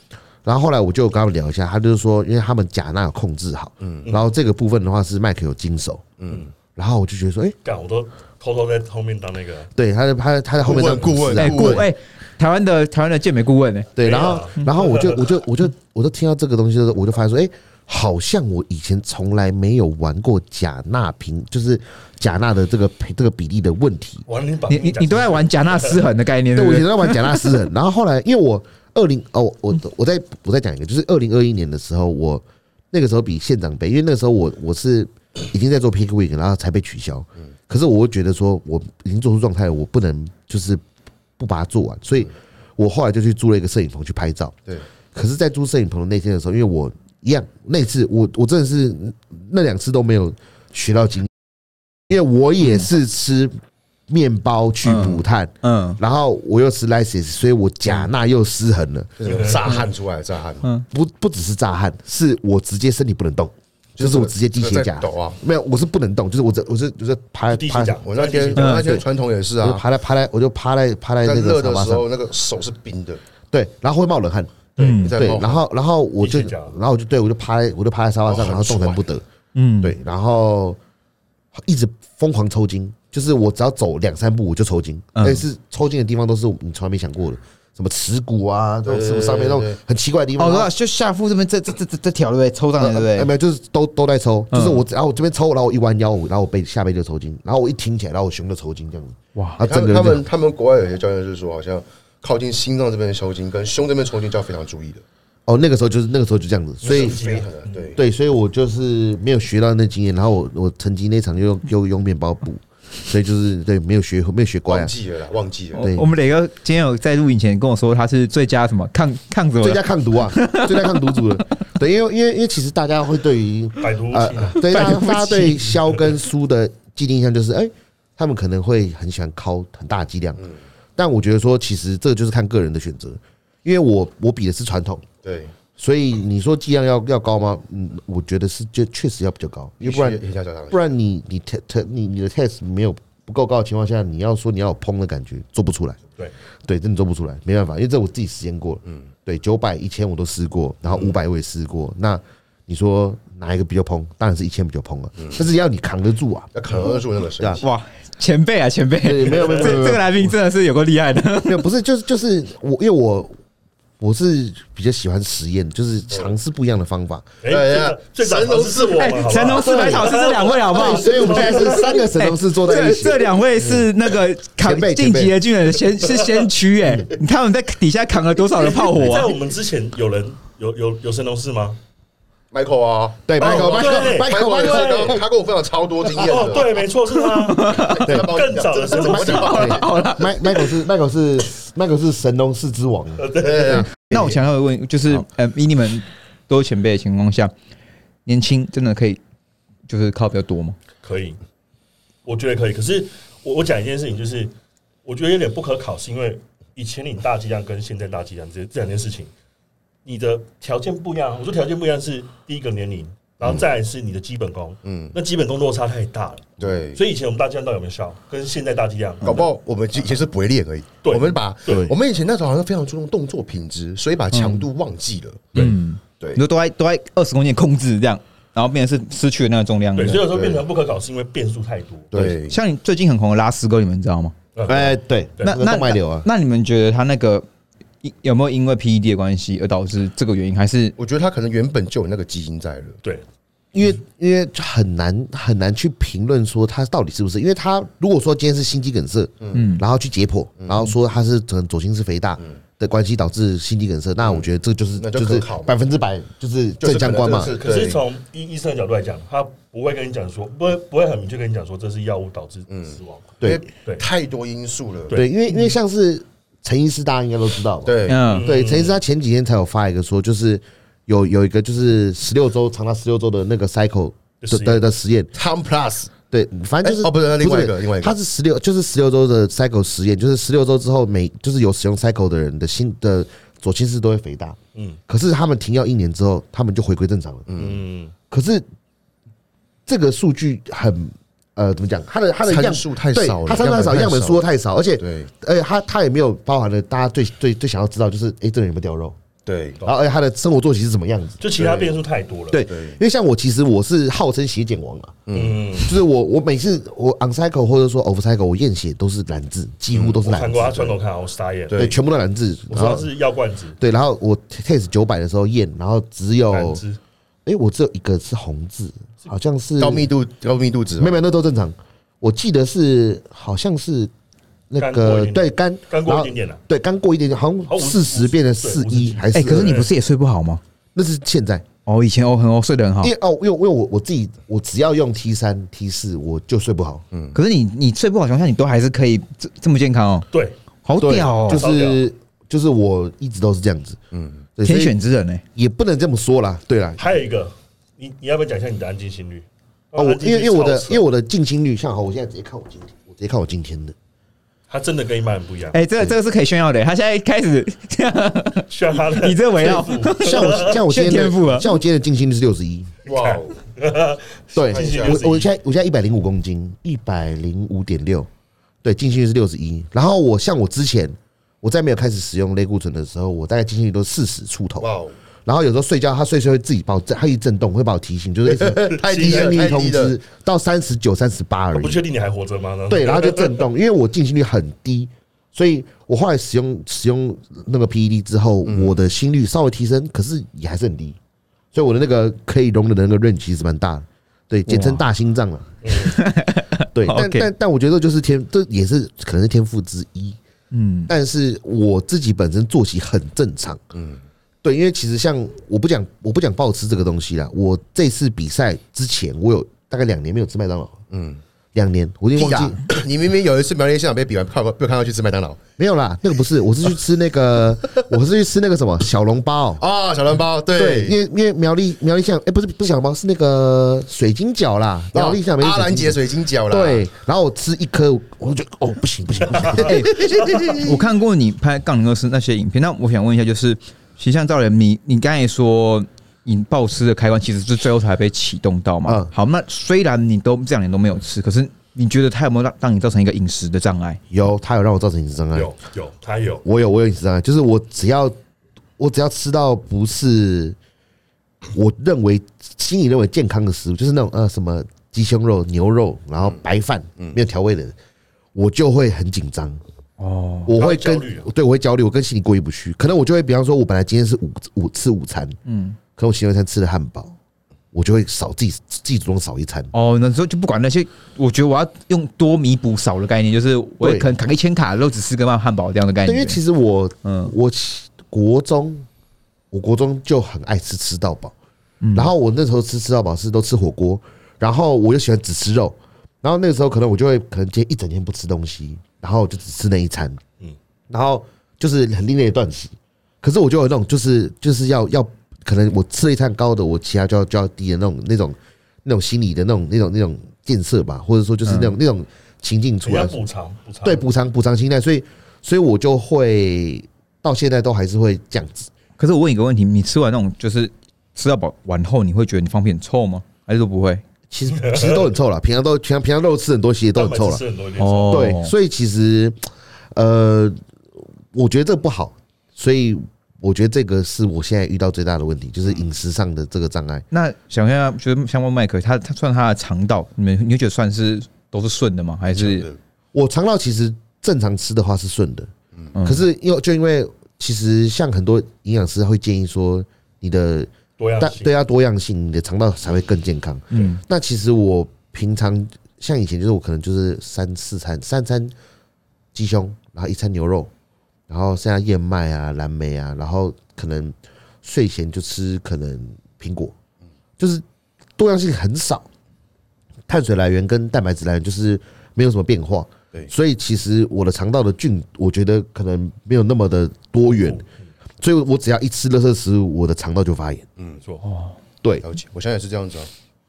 C: 然后后来我就跟他们聊一下，他就是说，因为他们钾钠有控制好，嗯，然后这个部分的话是麦克有经手，嗯，然后我就觉得说，哎，
D: 干我都偷偷在后面当那个，
C: 对，他在他他在后面当
B: 顾问
C: 主持人
A: 哎，
B: 顾
A: 顾
B: 问
A: 哎，台湾的台湾的健美顾问呢？
C: 对，然
D: 对
C: 后
D: 啊
C: 然后我就我就我就我就听到这个东西的时候，我就发现说，哎、好像我以前从来没有玩过钾钠平，就是钾钠的这个这个比例的问题。
D: 完了你把
A: 你你你都在玩钾钠失衡的概念，
C: 对，
A: 对
C: 我
A: 不
C: 以前
A: 对？
C: 在玩贾纳斯人，然后后来因为我二零哦，我我我再我再讲一个，就是二零二一年的时候，我那个时候比县长杯，因为那个时候我我是已经在做 Pick Week，然后才被取消。可是我会觉得说，我已经做出状态了，我不能就是不把它做完，所以我后来就去租了一个摄影棚去拍照。
B: 对，
C: 可是，在租摄影棚的那天的时候，因为我一样那次我我真的是那两次都没有学到经验，因为我也是吃面包去补碳。
A: 嗯，
C: 然后我又吃 lysis，所以我钾钠又失衡了。
B: 就是有炸汗出来，炸汗，
C: 不不只是炸汗，是我直接身体不能动， 就是我直接低血
B: 在
C: 钾。
B: 抖啊！
C: 没有，我是不能动，就是我这我是就是啊趴
D: 地
C: 趴
D: 下，讲，
B: 我那天
A: 嗯
B: 我那天传统也是
C: 我就
B: 啊，
C: 趴在趴在我就趴在趴在
B: 在
C: 那
B: 热
C: 个
B: 的
C: 沙发
B: 时
C: 上，
B: 候那个手是冰的，
C: 对，然后会冒冷汗，
D: 嗯
B: 对，在
C: 对
B: 冒，
C: 然后然后我就
D: 低血钾
C: 然后我就对我就趴在我就趴在沙发上，
B: 哦
C: 然后动弹
B: 很
C: 不得，
A: 嗯，
C: 对，然后一直疯狂抽筋，就是我只要走两三步我就抽筋，
A: 嗯
C: 但是抽筋的地方都是你从来没想过的，什么耻骨啊，这种什么上面那
B: 对
C: 种
B: 对
C: 很奇怪的地方。
A: 哦，
C: 然后
A: 对，就下腹这边这这这这这条对不对？抽上来
C: 呃
A: 对
C: 呃
A: 不
C: 没
A: 对？
C: 有，就是都都在抽，
A: 嗯
C: 就是我只要我这边抽，然后我一弯腰，然后我背下背就抽筋，然后我一挺起来，然后我胸就抽筋这样子，
A: 哇
C: 然后
B: 他
C: 整个
B: 们他
C: 人这样
B: 们他们国外有些教练是说，好像靠近心脏这边的抽筋跟胸这边抽筋就要非常注意的，
C: 哦，那个时候就是那个时候就这样子，所以
B: 非常的
D: 嗯
B: 对。
C: 对，所以我就是没有学到那经验，然后我我成绩那场又用又用面包补，所以就是对没有学没有学乖
B: 忘
C: 啊，
B: 记了啦，忘记
D: 哦
B: 了。
C: 对
A: 我我们磊哥今天有在录影前跟我说他是最佳什么抗抗什么
C: 最
A: 的
C: 佳抗毒啊，最佳抗毒组了，对，因为因为因为其实大家会对于
D: 百毒
C: 呃
D: 无，
C: 对大家
A: 对不起
C: 大家对肖跟苏的既定印象就是，哎、他们可能会很喜欢敲很大剂量，但我觉得说，其实这就是看个人的选择，因因为我我比的是传统，
F: 对，
C: 所以你说剂量要要高吗？嗯，我觉得是就确实要比较高，因为不然
F: 也下小堂，
C: 不然你你 t e 你你的 test 没有不够高的情况下，你要说你要有砰的感觉做不出来，
D: 对
C: 对，真的做不出来，没办法，因为这我自己实验过了，嗯，对，九百一千我都试过，然
A: 嗯
C: 后五百我也试过，那你说哪一个比较砰？当然是一千比较砰了，
A: 嗯
C: 但是要你扛得住啊，
F: 要扛得住那个身体。
A: 哇，前辈啊，前辈，
C: 对，没有没有
A: 这
C: 没有没有
A: 这个来宾真的是有够厉害的。
C: 没有，不是，就是就是我，因为我我是比较喜欢实验，就是尝试不一样的方法。
D: 哎，这个最早的是我
A: 哎
D: 们，好不好，
A: 神农四百草是这两位好不好
C: 对，？所以我们现在是三个神农氏坐在
A: 这
C: 一起。
A: 这两位是那个扛
C: 前辈
A: 晋级的巨人的先是先驱哎，你看我们在底下扛了多少的炮火
D: 哎在
A: 啊
D: 我！们之前有人有有有神农氏吗？
F: Michael 啊
C: 对，Michael
D: 哦
C: Michael
D: 对
C: Michael，
F: ，Michael
D: 对
F: 是刚他跟我分享超多经验
D: 哦，
F: 的，
D: 对，没错，是他。
F: 对，
D: 更早的时候
F: 怎么讲？
C: 好了，Michael 是 Michael 是 Michael 是神农氏之王。啊
F: 对对对
A: 那我想要问，就是呃，以你们都是前辈的情况下，年轻真的可以就是靠比较多吗？
D: 可以，我觉得可以。可是我我讲一件事情，就是我觉得有点不可考，是因为以前领大剂量跟现在大剂量这这两件事情，你的条件不一样。我说条件不一样是第一个年龄，然后再来是你的基本功，嗯，那基本功落差太大了。
F: 对，
D: 所以以前我们大剂量到底有没有效，跟现在大剂量
F: 搞不好我们以前是不会练而已。
D: 对
F: 我们把
D: 对
F: 我们以前那时候好像非常注重动作品质，所以把强度忘记了。
A: 嗯，
F: 对
A: 你，说都在都在二十公斤控制这样，然后变成是失去了那个重量。
D: 对，所以
A: 对
D: 有时候变成不可考，是因为变数太多。
F: 对，
A: 像你最近很红的拉丝哥，你们知道吗？
C: 哎，对，
D: 对
A: 那
C: 那个
A: 那
C: 动脉瘤啊，
A: 那你们觉得他那个因有没有因为 PED 的关系而导致这个原因，还是
F: 我觉得他可能原本就有那个基因在了。
D: 对，
C: 因为因为很难很难去评论说他到底是不是，因为他如果说今天是心肌梗塞，嗯，然后去解剖，然后说他是可能左心室肥大的关系导致心肌梗塞，那我觉得这就是
F: 嗯那就是可考嘛
C: 百分之百就是
F: 就是
C: 正相关嘛
F: 可能，这
D: 可是
F: 对
D: 从医医生的角度来讲，他不会跟你讲说，不会不会很明确跟你讲说这是药物导致
C: 嗯
D: 死亡。
C: 对
F: 因为
D: 对
F: 太多因素了。
C: 对，因为因为像是陈医师，大家应该都知道嘛。
F: 对，
A: 嗯
C: 对，陈医师他前几天才有发一个说，就是有有一个就是十六周长达十六周的那个 cycle
D: 的实
C: 的
D: 验
C: 的的实验，
F: Tom Plus
C: 对，反正就是
F: 哎哦不是那另外一个另外一个
C: 他是十六，就是十六周的 cycle 实验，就是十六周之后每就是有使用 cycle 的人的心的左心室都会肥大，嗯，可是他们停药一年之后，他们就回归正常了，嗯，
D: 嗯，
C: 可是这个数据很呃怎么讲，它的它的
F: 参
C: 样
F: 数太
C: 对
F: 少了
C: 它参数
F: 样
C: 太
F: 本
C: 少，
F: 太
C: 样本
F: 少
C: 数都太少，而且
F: 对
C: 而且它它也没有包含了大家最最最想要知道就是诶，这个人有没有掉肉，
F: 对
C: 然后而且哎他的生活作息是什么样子。
D: 就其他变数太多了。
C: 对，因为像我其实我是号称血检王啊，
D: 嗯，
C: 就是我我每次我 on cycle 或者说 off cycle 我验血都是蓝字，几乎都是
D: 嗯我看
C: 蓝字
D: 过，他窗口看，我傻眼。
C: 对，全部都蓝字。
D: 我
C: 然
D: 说他
C: 后
D: 是药罐子，
C: 对，然后我 test 九百的时候验，然后只有
D: 感知
C: 诶，我只有一个是红字，好像是
F: 高密度高密度值
C: 没有没有，那都正常。我记得是好像是那
D: 干过一
C: 个
D: 点点干
C: 对干
D: 过一点
C: 点，
D: 点了。
C: 对干过一点点，好
D: 好
C: 像
D: 五十
C: 四十变成
D: 对
C: 四
D: 五十
C: 一
D: 几
C: 还是
A: 哎、可是你
D: 对
A: 不是也睡不好吗？
C: 那是现在，
A: 哦，以前我很我睡得很好
C: 因，为哦，因为因为我我自己我只要用 T 三 T 四我就睡不好，
A: 可是你你睡不好的情况下，你都还是可以这这么健康哦，
D: 对，
A: 好屌哦，
C: 就
D: 超屌
C: 是就是我一直都是这样子，嗯，
A: 天选之人哎、
C: 也不能这么说啦，对啦，
D: 还有一个，你你要不要讲一下你的安静心率？
C: 哦，我
D: 安静
C: 因
D: 心
C: 为
D: 率
C: 因为我的
D: 超扯
C: 因为我的静心率，像好，我现在直接看我今天，我直接看我今 天的，
D: 他真的跟一般人不一样，
A: 哎、这个这个是可以炫耀的、他现在开始，
D: 需要他的
A: 你这围 绕
D: 天赋
C: 像我像我今
A: 炫
C: 天
A: 天赋
C: 的
A: 啊
C: 像我今天的静心率是六十一，
F: 哇哦，
C: 对
D: 静心率61
C: 我我现在我现在一百零五公斤，一百零五点六，对，静心率是六十一，然后我像我之前我在没有开始使用类固醇的时候，我大概静心率都四十出头
F: 哇， 哦，
C: 然后有时候睡觉，他睡睡会自己把我，他一震动会把我提醒，就是 一直
F: 太低
C: 静
F: 了，
C: 心率
F: 太
C: 通
F: 低了
C: 知，到三十九、三十八而
D: 我
C: 已
D: 不。确定你还活着吗？
C: 对，然后就震 动，因为我进行率很低，所以我后来使用使用那个 PED 之后，我的心率稍微提升，可是也还是很低，所以我的那个可以容忍的那个 range 其实蛮大的，对，简称大心 脏了。啊对，但
A: OK
C: 但但我觉得这就是天，这也是可能是天赋之一。嗯，但是我自己本身作息很正常。嗯，对，因为其实像我不讲我不讲暴吃这个东西啦，我这次比赛之前我有大概两年没有吃麦当劳。两年，我已经忘记
B: 你明明有一次苗栗现场被比完，靠被我看到去吃麦当劳
C: 没有啦，那个不是，我是去吃 那个，我是去吃那个什么小笼包。
B: 啊，小笼包，
C: 对，因
B: 对，
C: 为因为苗栗苗栗巷，哎、不是不是小笼包，是那个水晶饺啦，苗栗巷没有
B: 哦阿兰
C: 水
B: 姐
C: 晶饺
B: 水晶饺啦，
C: 对，然后我吃一颗，我就哦不行不行不行，
A: 哎， 我看过你拍《杠铃二四》那些影片，那我想问一下，就是其实像赵人，你你刚才说引爆吃的开关其实是最后才被启动到嘛？
C: 嗯
A: 好，那虽然你都这两年都没有吃，可是你觉得它有没有让让你造成一个饮食的障碍？
C: 有他有让我造成饮食障碍，
D: 有有他有，
C: 我有我有饮食障碍，就是我只要我只要吃到不是我认为心里认为健康的食物，就是那种呃什么鸡胸肉、牛肉，然
D: 嗯
C: 后白饭没有调味的，我就会很紧张。哦，我会跟
D: 焦虑啊
C: 对我会焦虑，我跟心里过意不去。可能我就会，比方说，我本来今天是午午吃午餐，嗯，可我前一餐吃了汉堡，我就会少自己自己主动少一餐。
A: 哦，那时候就不管那些，我觉得我要用多弥补少的概念，就是我也
C: 对
A: 可能扛一千卡，然后只吃个汉堡这样的概
C: 对，因为
A: 念。
C: 其实我，
A: 嗯
C: 嗯，我其国中，我国中就很爱吃吃到饱，然后我那时候吃吃到饱是都吃火锅，然后我又喜欢只吃肉，然后那个时候可能我就会可能今天一整天不吃东西，然后就只吃那一餐，嗯，然后就是很另类的断食，可是我就有那种就是就是要要可能我吃了一餐高的，我其他就要就要低的那种那种那种心理的那种那种那种建设吧，或者说就是那种、那种情境出
D: 你要
C: 来，
D: 补偿补偿，
C: 对补偿补偿心态，所以所以我就会到现在都还是会这样子。
A: 可是我问一个问题，你吃完那种就是吃到饱完后，你会觉得你方便很臭吗？还是都不会？
C: 其实其实都很臭了，平常都平常平常肉吃很多，其实都
D: 蛋
C: 很
D: 白
C: 臭
D: 质
C: 了。
D: 吃很多一点，
A: 哦，
C: 对，所以其实呃，我觉得这个不好，所以我觉得这个是我现在遇到最大的问题，就是饮食上的这个障碍。
A: 那想问一下，就是像问麦克，他他算他的肠道，你们你会觉得算是都是顺的吗？还是
C: 我肠道其实正常吃的话是顺的，
A: 嗯
C: 可是因为就因为其实像很多营养师会建议说，你的
D: 多样
C: 但
D: 性
C: 对啊，多样性，你的肠道才会更健康。嗯，那其实我平常像以前就是我可能就是三四餐，三餐鸡胸，然后一餐牛肉，然后剩下燕麦啊、蓝莓啊，然后可能睡前就吃可能苹果，就是多样性很少，碳水来源跟蛋白质来源就是没有什么变化。
F: 对
C: 所以其实我的肠道的菌，我觉得可能没有那么的多元，所以我只要一吃垃圾食物，我的肠道就发炎。
D: 没错，
C: 哦对
B: 嗯了解，我想想也是这样子哦。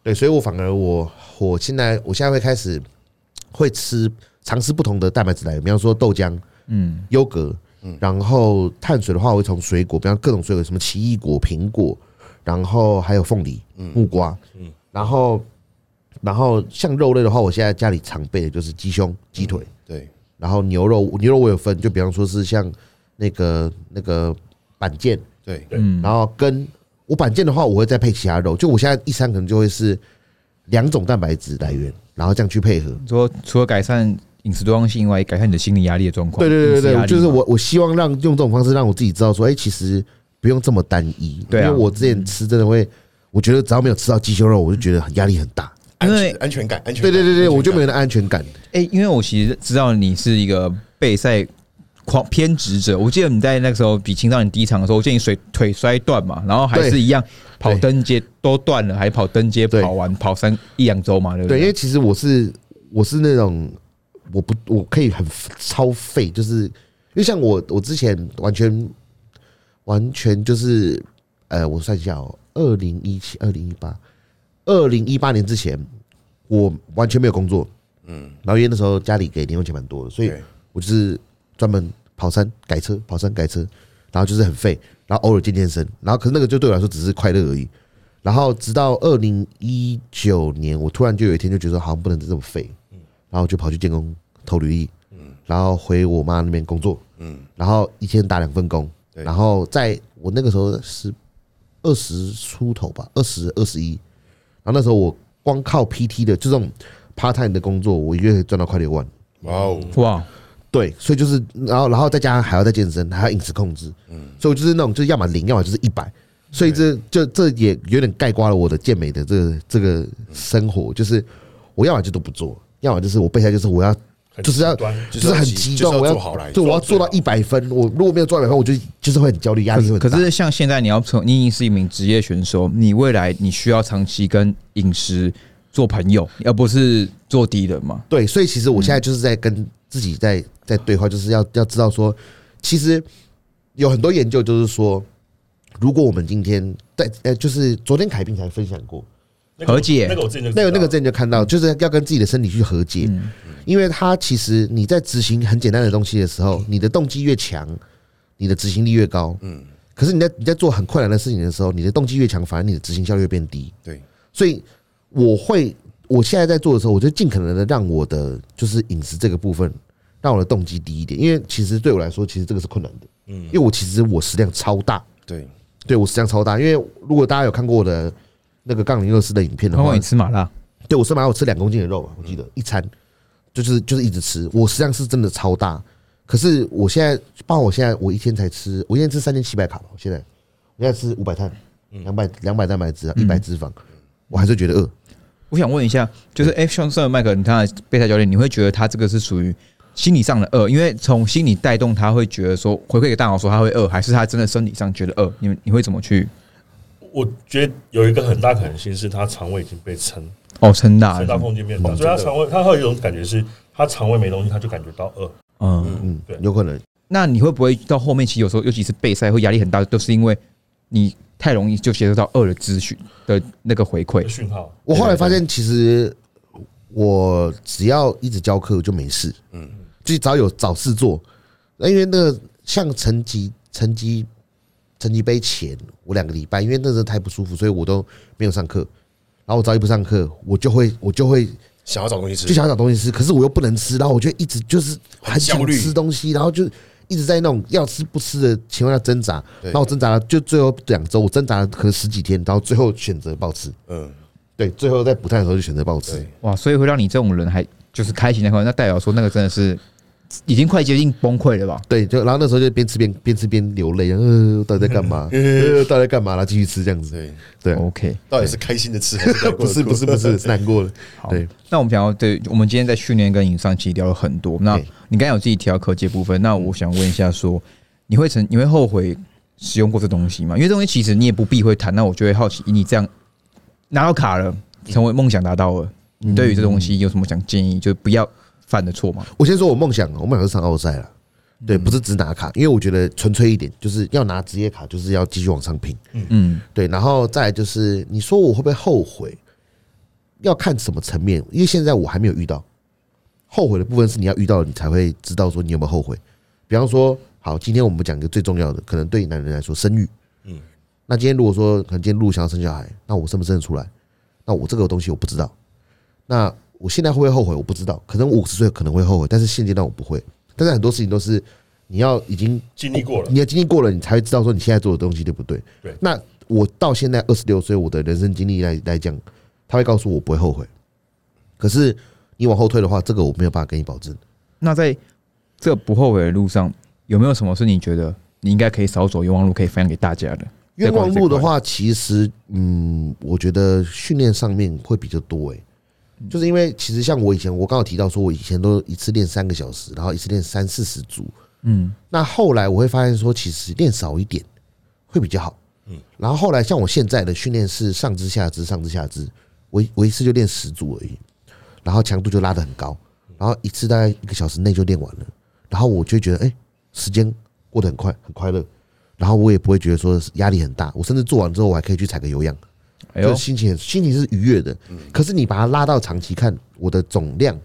C: 对，所以我反而我我现在我现在会开始会吃尝试不同的蛋白质来源，比方说豆浆、
A: 嗯
C: 优格，然后碳水的话，我会从水果，比方各种水果，什么奇异果、苹果，然后还有凤梨、木瓜，然后然后像肉类的话，我现在家里常备的就是鸡胸、鸡腿，
B: 对，
C: 然后牛肉，牛肉我有分，就比方说是像那个那个板腱，
B: 对，
A: 嗯
C: 然后跟我板腱的话，我会再配其他肉。就我现在一餐可能就会是两种蛋白质来源，然后这样去配合。
A: 说除了改善饮食多样性以外，改善你的心理压力的状况。
C: 对对对
A: 饮食
C: 对
A: 压
C: 对，
A: 力
C: 就是
A: 嘛
C: 我我希望让用这种方式让我自己知道说，哎，其实不用这么单一。
A: 对啊
C: 因为我之前吃真的会，我觉得只要没有吃到鸡胸肉，我就觉得很压力很大。
B: 安
A: 因为
B: 全安全感，安全
C: 对
B: 感，
C: 对对对，
B: 安全感
C: 我就没有那安全感。
A: 哎、因为我其实知道你是一个备赛狂偏执者，我记得你在那个时候比青少年第一场的时候，我见你腿腿摔断嘛，然后还是
C: 对
A: 一样跑登阶都断了，还跑登阶
C: 对
A: 跑完跑三一两周嘛，对不
C: 对，
A: 对？
C: 因为其实我是我是那种我不我可以很超废，就是因为像我我之前完全完全就是呃，我算一下哦，二零一七、二零一八、二零一八年之前，我完全没有工作，嗯，然后因为那时候家里给零用钱蛮多的，所以
B: 对
C: 我就是专门跑山改车，跑山改车，然后就是很废，然后偶尔健健身，然后可是那个就对我来说只是快乐而已。然后直到二零一九年，我突然就有一天就觉得说好像不能这么废，然后就跑去建工投履历，然后回我妈那边工作，然后一天打两份工，
B: 对
C: 然后在我那个时候是二十出头吧，二十二十一，然后那时候我光靠 PT 的就这种 part time 的工作，我一个月可以赚到快六万。
B: 哇哦，
A: 哇，
C: 对，所以就是，然后然后再加上还要再健身，还要饮食控制，
B: 嗯
C: 所以我就是那种就是要么零，要么就是一百，所以这就这也有点盖刮了我的健美的这个这个生活，就是我要么就都不做，要么就是我备胎就是我要
D: 很
C: 就是要
D: 极端
C: 就是很激
B: 就是
C: 动，
B: 要
C: 我
B: 做好来
C: 就我要
D: 做
C: 做
D: 到
C: 到一百分，我如果没有做到一百分，我就就是会很焦虑，压力会很
A: 可
C: 大。
A: 是像现在你要成，你已经是一名职业选手，你未来你需要长期跟饮食做朋友，而不是做敌人嘛。
C: 对，所以其实我
D: 嗯
C: 现在就是在跟自己在在对话，就是要要知道说，其实有很多研究就是说，如果我们今天在呃，就是昨天凯宾才分享过，
D: 那个
A: 和解
D: 那个我之前就知道
C: 那个那个之前就看到，就是要跟自己的身体去和解，
A: 嗯
C: 因为它其实你在执行很简单的东西的时候，你的动机越强，你的执行力越高，嗯，可是你在你在做很困难的事情的时候，你的动机越强，反而你的执行效率会变低，
B: 对，
C: 所以我会我现在在做的时候，我就尽可能的让我的就是饮食这个部分，让我的动机低一点，因为其实对我来说，其实这个是困难的，嗯，因为我其实我食量超大，
B: 对，
C: 对我食量超大，因为如果大家有看过我的那个杠铃乐师哦的影片的
A: 他
C: 话，
A: 问你吃麻辣，
C: 对我是买我吃两公斤的肉嘛，啊我记得一餐，就是就是一直吃。我实际上是真的超大，可是我现在，包括我现在，我一天才吃，我一天吃三千七百卡吧，我现在我现在吃五百碳，两百两百蛋白质啊，一百脂肪，我还是觉得饿。
A: 我想问一下，就是哎，像上麦克，你看备赛教练，你会觉得他这个是属于心理上的饿，因为从心理带动他会觉得说回馈给大脑说他会饿，还是他真的身体上觉得饿？你们你会怎么去
D: 我觉得有一个很大可能性是他肠胃已经被撑
A: 哦撑
C: 啊
A: 大
D: 撑到
A: 了？
D: 空间变大，
C: 嗯
D: 所以他肠胃他会有一种感觉是，他肠胃没东西，他就感觉到呃饿。
A: 嗯，
C: 嗯
D: 对，
C: 有可能。
A: 那你会不会到后面其实有时候，尤其是备赛会压力很大，都是因为你太容易就接受到饿的资讯的那个回馈
D: 的？讯号，
C: 我后来发现，其实我只要一直教课我就没事，嗯，就是只要有找事做。那因为那个像成绩成绩成绩杯前，我两个礼拜，因为那时候太不舒服，所以我都没有上课。然后我只要一不上课，我就会我就会
B: 想要找东西吃，
C: 就想找东西吃，可是我又不能吃，然后我就一直就是很想
B: 焦虑
C: 吃东西，然后就一直在那种要吃不吃的情况下挣扎。然后我挣扎了，就最后两周我挣扎了可能十几天，然后最后选择暴吃。
B: 嗯，
C: 对，最后在补碳的时候就选择暴吃
B: 对。
A: 哇，所以会让你这种人还就是开心那块，那代表说那个真的是已经快接近崩溃了吧？
C: 对，就然后那时候就边吃边边吃边流泪，呃，到底在 干嘛？呃，到底在干嘛？然后继续吃这样子。
B: 嗯对，
C: 对，
A: OK，
B: 到底是开心的吃还是难过
C: 不
B: 的
C: 是不是不 是，是难过了。
A: 好
C: 对，
A: 那我们想要对，我们今天在训练跟影上其实聊了很多。那
C: 对
A: 你刚才有自己提到科技的部分，那我想问一下说你会曾你会后悔使用过这东西吗？因为这东西其实你也不避讳谈，那我就会好奇，以你这样拿到卡了，成为梦想达到了，你对于这东西有什么想建议？就不要犯的错吗？
C: 我先说我梦想，我梦想是上奥赛了。对，
B: 嗯
C: 不是只拿卡，因为我觉得纯粹一点，就是要拿职业卡，就是要继续往上拼。
A: 嗯，
C: 对，然后再来就是，你说我会不会后悔？要看什么层面，因为现在我还没有遇到。后悔的部分是你要遇到了，你才会知道说你有没有后悔。比方说，好，今天我们讲一个最重要的，可能对男人来说，生育。嗯，那今天如果说可能今天陆想要生小孩，那我生不生得出来？那我这个东西我不知道。那我现在会不会后悔？我不知道，可能五十岁可能会后悔，但是现阶段我不会。但是很多事情都是你要已经
D: 经历过了，
C: 你要经历过了，你才会知道说你现在做的东西对不对。
D: 对
C: 那我到现在二十六岁，我的人生经历来来讲，他会告诉我不会后悔。可是你往后退的话，这个我没有办法跟你保证。
A: 那在这不后悔的路上，有没有什么是你觉得你应该可以少走冤枉路，可以分享给大家的？
C: 冤枉路的话，其实嗯，我觉得训练上面会比较多诶、欸就是因为其实像我以前，我刚好提到说，我以前都一次练三个小时，然后一次练三四十组，
A: 嗯，
C: 那后来我会发现说，其实练少一点会比较好。嗯，然后后来像我现在的训练是上肢下肢上肢下肢，我一我一次就练十组而已，然后强度就拉得很高，然后一次大概一个小时内就练完了，然后我就会觉得哎、时间过得很快，很快乐，然后我也不会觉得说压力很大，我甚至做完之后我还可以去踩个有氧，
A: 哎
C: 就
A: 呦嗯
C: 是，心情心情是愉悦的。可是你把它拉到长期看，我的总量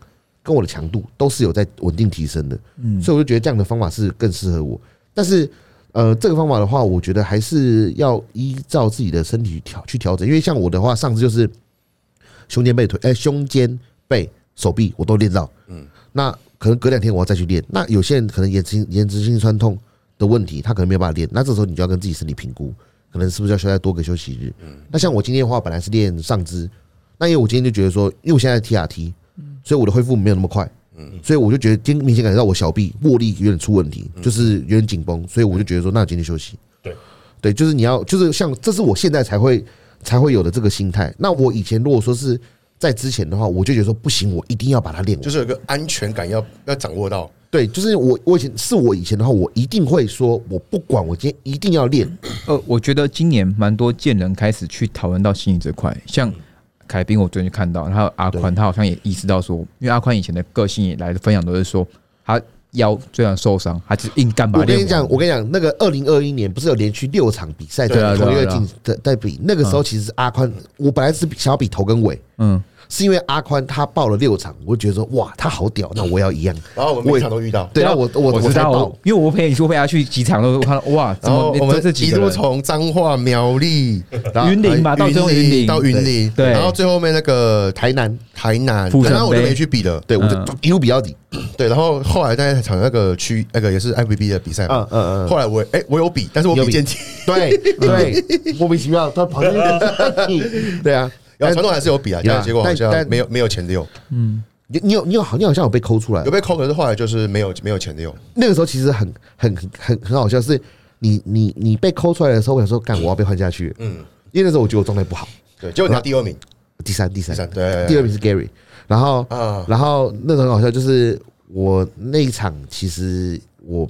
C: 跟我的强度都是有在稳定提升的。
A: 嗯
C: 所以我就觉得这样的方法是更适合我。但是呃，这个方法的话，我觉得还是要依照自己的身体调去调整，因为像我的话，上次就是胸肩背腿，哎、胸肩背手臂我都练到，嗯，那可能隔两天我要再去练。那有些人可能延迟延迟性酸痛的问题，他可能没有办法练，那这时候你就要跟自己身体评估。可能是不是要休再多个休息日？那像我今天的话，本来是练上肢，那因为我今天就觉得说，因为我现在 TRT，所以我的恢复没有那么快，所以我就觉得今天明显感觉到我小臂握力有点出问题，就是有点紧绷，所以我就觉得说，那我今天休息。
D: 对，
C: 对，就是你要，就是像这是我现在才会才会有的这个心态。那我以前如果说是在之前的话，我就觉得说不行，我一定要把它练完
B: 就。是有一个安全感要要掌握到，
C: 对，就是我我以前是我以前的话，我一定会说，我不管，我今天一定要练。
A: 呃，我觉得今年蛮多健人开始去讨论到心理这块，像凯宾，我最近看到，然后阿宽，他好像也意识到说，因为阿宽以前的个性以来的分享都是说，他腰虽然受伤，他只是硬干把
C: 我
A: 它练完。
C: 跟你讲，我跟你讲，那个二零二一年不是有连续六场比赛
A: 对啊
C: 在同一
A: 对啊
C: 个
A: 对啊
C: 竞在在比，那个时候其实阿宽，我本来是想要比头跟尾，
A: 嗯，
C: 是因为阿宽他报了六场，我就觉得说哇，他好屌，那我要一样。
B: 然后我们每场都遇到，
C: 对，啊那我我
A: 我知
C: 才哦
A: 道，
C: 报
A: 我，因为我陪你说陪他去几场都看到，哇，怎
B: 然
A: 么
B: 后我
A: 都
B: 们
A: 这几
B: 一
A: 个
B: 路
A: 人
B: 从彰化、苗栗、
C: 然后
A: 云林嘛，到最后云林
B: 到云林，
A: 对
B: 然后最后面那个台
C: 台南，
B: 台南，
A: 富城
B: 台南我就
A: 杯
B: 没去比了，
C: 对我就
A: 嗯
C: 一路比到底。
B: 对，然后后来在场那个区那个也是 FBB 的比赛嘛
C: 嗯，嗯嗯，
B: 后来我哎我有比，但是我
C: 有
B: 比
C: 比
B: 健体，
C: 对对， 莫名其妙，他旁边 对啊，
B: 然
C: 但
B: 后传统还是有比啊，但
C: 呀
B: 结果好
C: 但
B: 像
C: 但
B: 没有没有前六，
C: 你你有你有好你好像有被抠出来啊
B: 有，被扣，可是后来就是没有没有前六，
C: 那个时候其实很很很很很好笑，是你你你被抠出来的时候，我想说干我要被换下去，
B: 嗯，
C: 因为那时候我觉得我状态不好，
B: 对，结果拿第二名，
C: 第三第
B: 第
C: 三
B: 三，对，
C: 第二名是 Gary，然后
B: 啊，
C: 然后那时候很好笑，就是我那一场其实我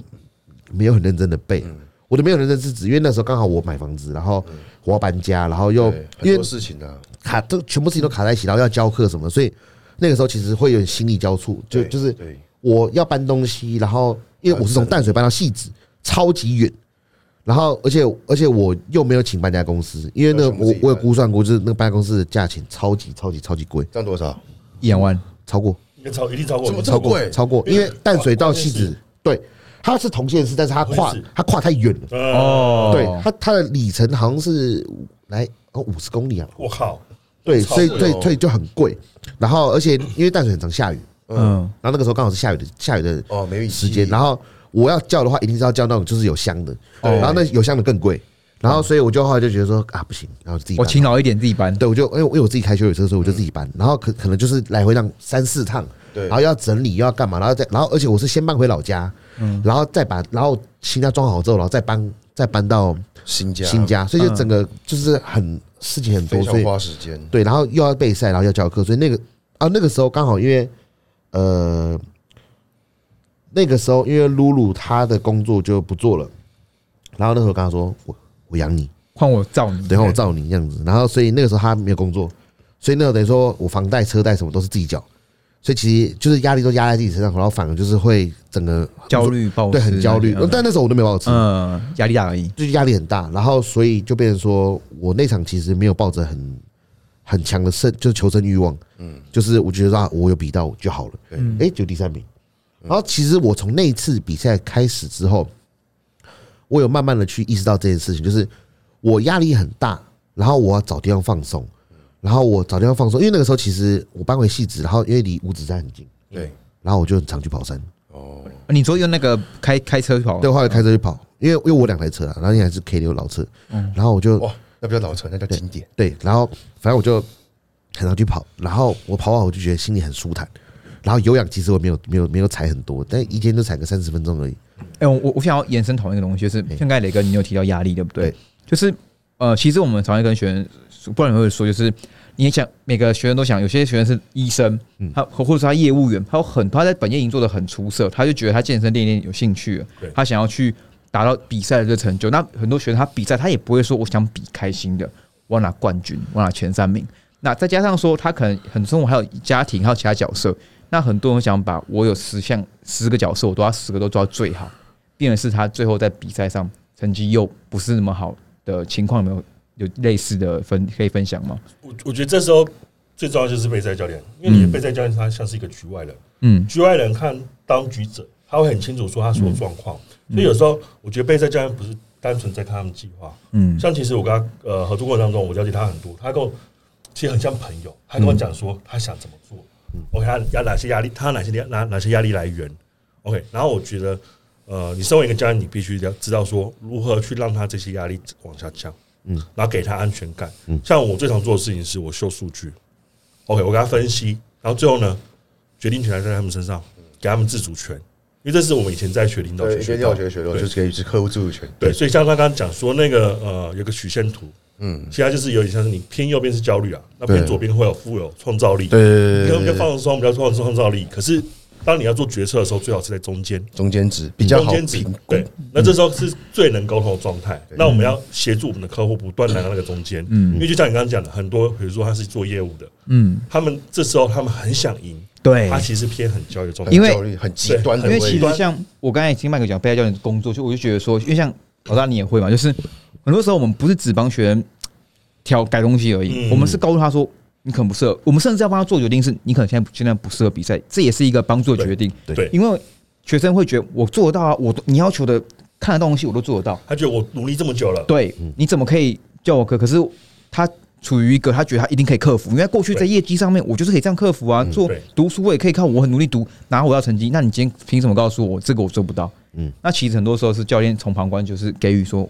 C: 没有很认真的背，
B: 嗯
C: 我的没有认真是指，因为那时候刚好我买房子，然后我要搬家，然后又
B: 对很
C: 因为
B: 多事情啊，
C: 卡都全部事情都卡在一起，然后要教课什么，所以那个时候其实会有点心力交瘁，就
B: 对
C: 就是
B: 对，
C: 我要搬东西，然后因为我是从淡水搬到戏子，超级远。然后，而且而且我又没有请搬家公司，因为那个
B: 要全部自
C: 我
B: 己
C: 我有
B: 搬
C: 估算过，就是那个搬家公司的价钱超级超级超级贵，
B: 这样多少？
A: 一两万，
C: 超过
D: 应该超一定超过
B: 怎么这
C: 超
B: 么
C: 过
B: 贵？
C: 超过，因为淡水到西子，对，它是同县市，但是它跨
D: 同县市
C: 它跨太远了，
D: 哦，
A: 哦，
C: 对，它它的里程好像是五来哦五十公里啊，
D: 我靠，
C: 对，
D: 超
C: 所以
D: 贵
C: 对
B: 哦
C: 所以就很贵，然后而且因为淡水很常下雨，
A: 嗯，
C: 然后那个时候刚好是下雨的下雨的
B: 哦，没预期
C: 时间，然后我要叫的话，一定是要叫那种就是有箱的，
B: 哦
A: 对
C: 然后那有箱的更贵，然后所以我就后来就觉得说啊不行，然后就自己
A: 我
C: 搬
A: 勤劳一点自己搬，
C: 哦对，我就因为我因为我自己开修理车，所以我就自己搬，然后可可能就是来回让三四趟，
B: 嗯对
C: 然后要整理又要干嘛，然后再然后而且我是先搬回老家，
B: 嗯
C: 然后再把然后新家装好之后，然后再搬再搬到
B: 新家
C: 新家，所以就整个就是很事情很
B: 嗯非
C: 多，所
B: 常
C: 以
B: 花时间，
C: 对，然后又要备赛，然后要教课，所以那个啊那个时候刚好因为呃那个时候因为露露她的工作就不做了，然后那时候跟她说我我养你。
A: 换我罩你，
C: 等一下我照你这样子。然后所以那个时候他没有工作，所以那时候等于说我房贷、车贷什么都是自己缴，所以其实就是压力都压在自己身上，然后反而就是会整个
A: 焦，虑暴
C: 对，很
A: 食
C: 焦虑
A: 嗯。
C: 但那时候我都没有报吃，
A: 嗯，压力大而已，
C: 就是压力很大，然后所以就变成说我那场其实没有抱着很很强的胜，就是求生欲望，嗯，就是我觉得啊，我有比到就好了，嗯，哎，就第三名。然后其实我从那一次比赛开始之后，我有慢慢的去意识到这件事情，就是我压力很大，然后我要找地方放松，然后我找地方放松，因为那个时候其实我搬回戏子，然后因为离五指山很近，
B: 对，
C: 然后我就很常去跑山，
B: 哦，
A: 啊你说用那个开开车跑，
C: 对，后来开车去跑，因为因为我两台车啊，然后一台是 K 六老车，然后我就
B: 哇，那不叫老城，那叫经典，
C: 嗯对，然后反正我就很常去跑，然后我跑完我就觉得心里很舒坦。然后有氧其实我没有没有没有踩很多，但一天就踩个三十分钟而已。
A: 哎、我我我想要延伸讨论一个东西，就是像刚才磊哥你有提到压力，对不对？
C: 对
A: 就是呃，其实我们常会跟学生，不然会说，就是你想每个学生都想，有些学生是医生，他或或者是他业务员，他有很他在本业已经做的很出色，他就觉得他健身练一练有兴趣了
D: 对，
A: 他想要去达到比赛的这个成就。那很多学生他比赛他也不会说我想比开心的，我要拿冠军，我要拿前三名。那再加上说，他可能很生活，还有家庭，还有其他角色。那很多人想把我有十项十个角色，我都要十个都抓最好，变的是他最后在比赛上成绩又不是那么好的情况，有没有有类似的分可以分享吗？
D: 我我觉得这时候最重要就是备赛教练，因为你的备赛教练他像是一个局外人，
A: 嗯，
D: 局外人看当局者，他会很清楚说他所有状况，
C: 嗯
D: 所以有时候我觉得备赛教练不是单纯在看他们计划，
A: 嗯
D: 像其实我跟他呃合作过程当中，我了解他很多，他跟我其实很像朋友，他跟我讲说他想怎么做，OK，他
B: 嗯
D: 要哪些压力，他有哪些压哪哪些压力来源，OK，然后我觉得呃，你身为一个教练，你必须要知道说如何去让他这些压力往下降，嗯，然后给他安全感，嗯，像我最常做的事情是我秀数据，OK，我给他分析，然后最后呢，决定权还在他们身上，给他们自主权，因为这是我们以前在学领导
B: 对，
D: 学
B: 一
D: 学
B: 边
D: 到
B: 要
D: 的
B: 学学的，
D: 对
B: 就是可以是客户自主权，
D: 对，所以像他刚刚讲说那个呃，有个曲线图，
B: 嗯，
D: 其他就是有点像是你偏右边是焦虑啊，那偏
B: 对
D: 左边会有富有创造力，
B: 对对
D: 你可能比较放松，比较创创造力。可是当你要做决策的时候，最好是在中间，
B: 中间值比较
D: 中
B: 好
D: 间值
B: 评估
D: 对。，那这时候是最能沟通的状态。那我们要协助我们的客户不断来到那个中间，嗯，因为就像你刚刚讲的，很多比如说他是做业务的，
A: 嗯，
D: 他们这时候他们很想赢，
A: 对
D: 他其实偏很焦虑的状态，
A: 因为
B: 很焦虑很极端的
A: 因为
B: 位
A: 其
B: 置，
A: 实像我刚才听麦克讲，被他教练工作，就我就觉得说，因为像老大你也会嘛，就是很多时候我们不是只帮学员调改东西而已，
D: 嗯
A: 我们是告诉他说你可能不适合，我们甚至要帮他做决定，是你可能现在现在不适合比赛，这也是一个帮助的决定。
D: 对对
A: 因为学生会觉得我做得到啊，我你要求的看得到东西我都做得到，
D: 他觉得我努力这么久了，
A: 对，
B: 嗯
A: 你怎么可以叫我克？可是他处于一个他觉得他一定可以克服，因为他过去在业绩上面，我就是可以这样克服啊。
B: 嗯
A: 做
D: 对
A: 读书我也可以靠我很努力读拿我要成绩，那你今天凭什么告诉我这个我做不到？嗯，那其实很多时候是教练从旁观就是给予说，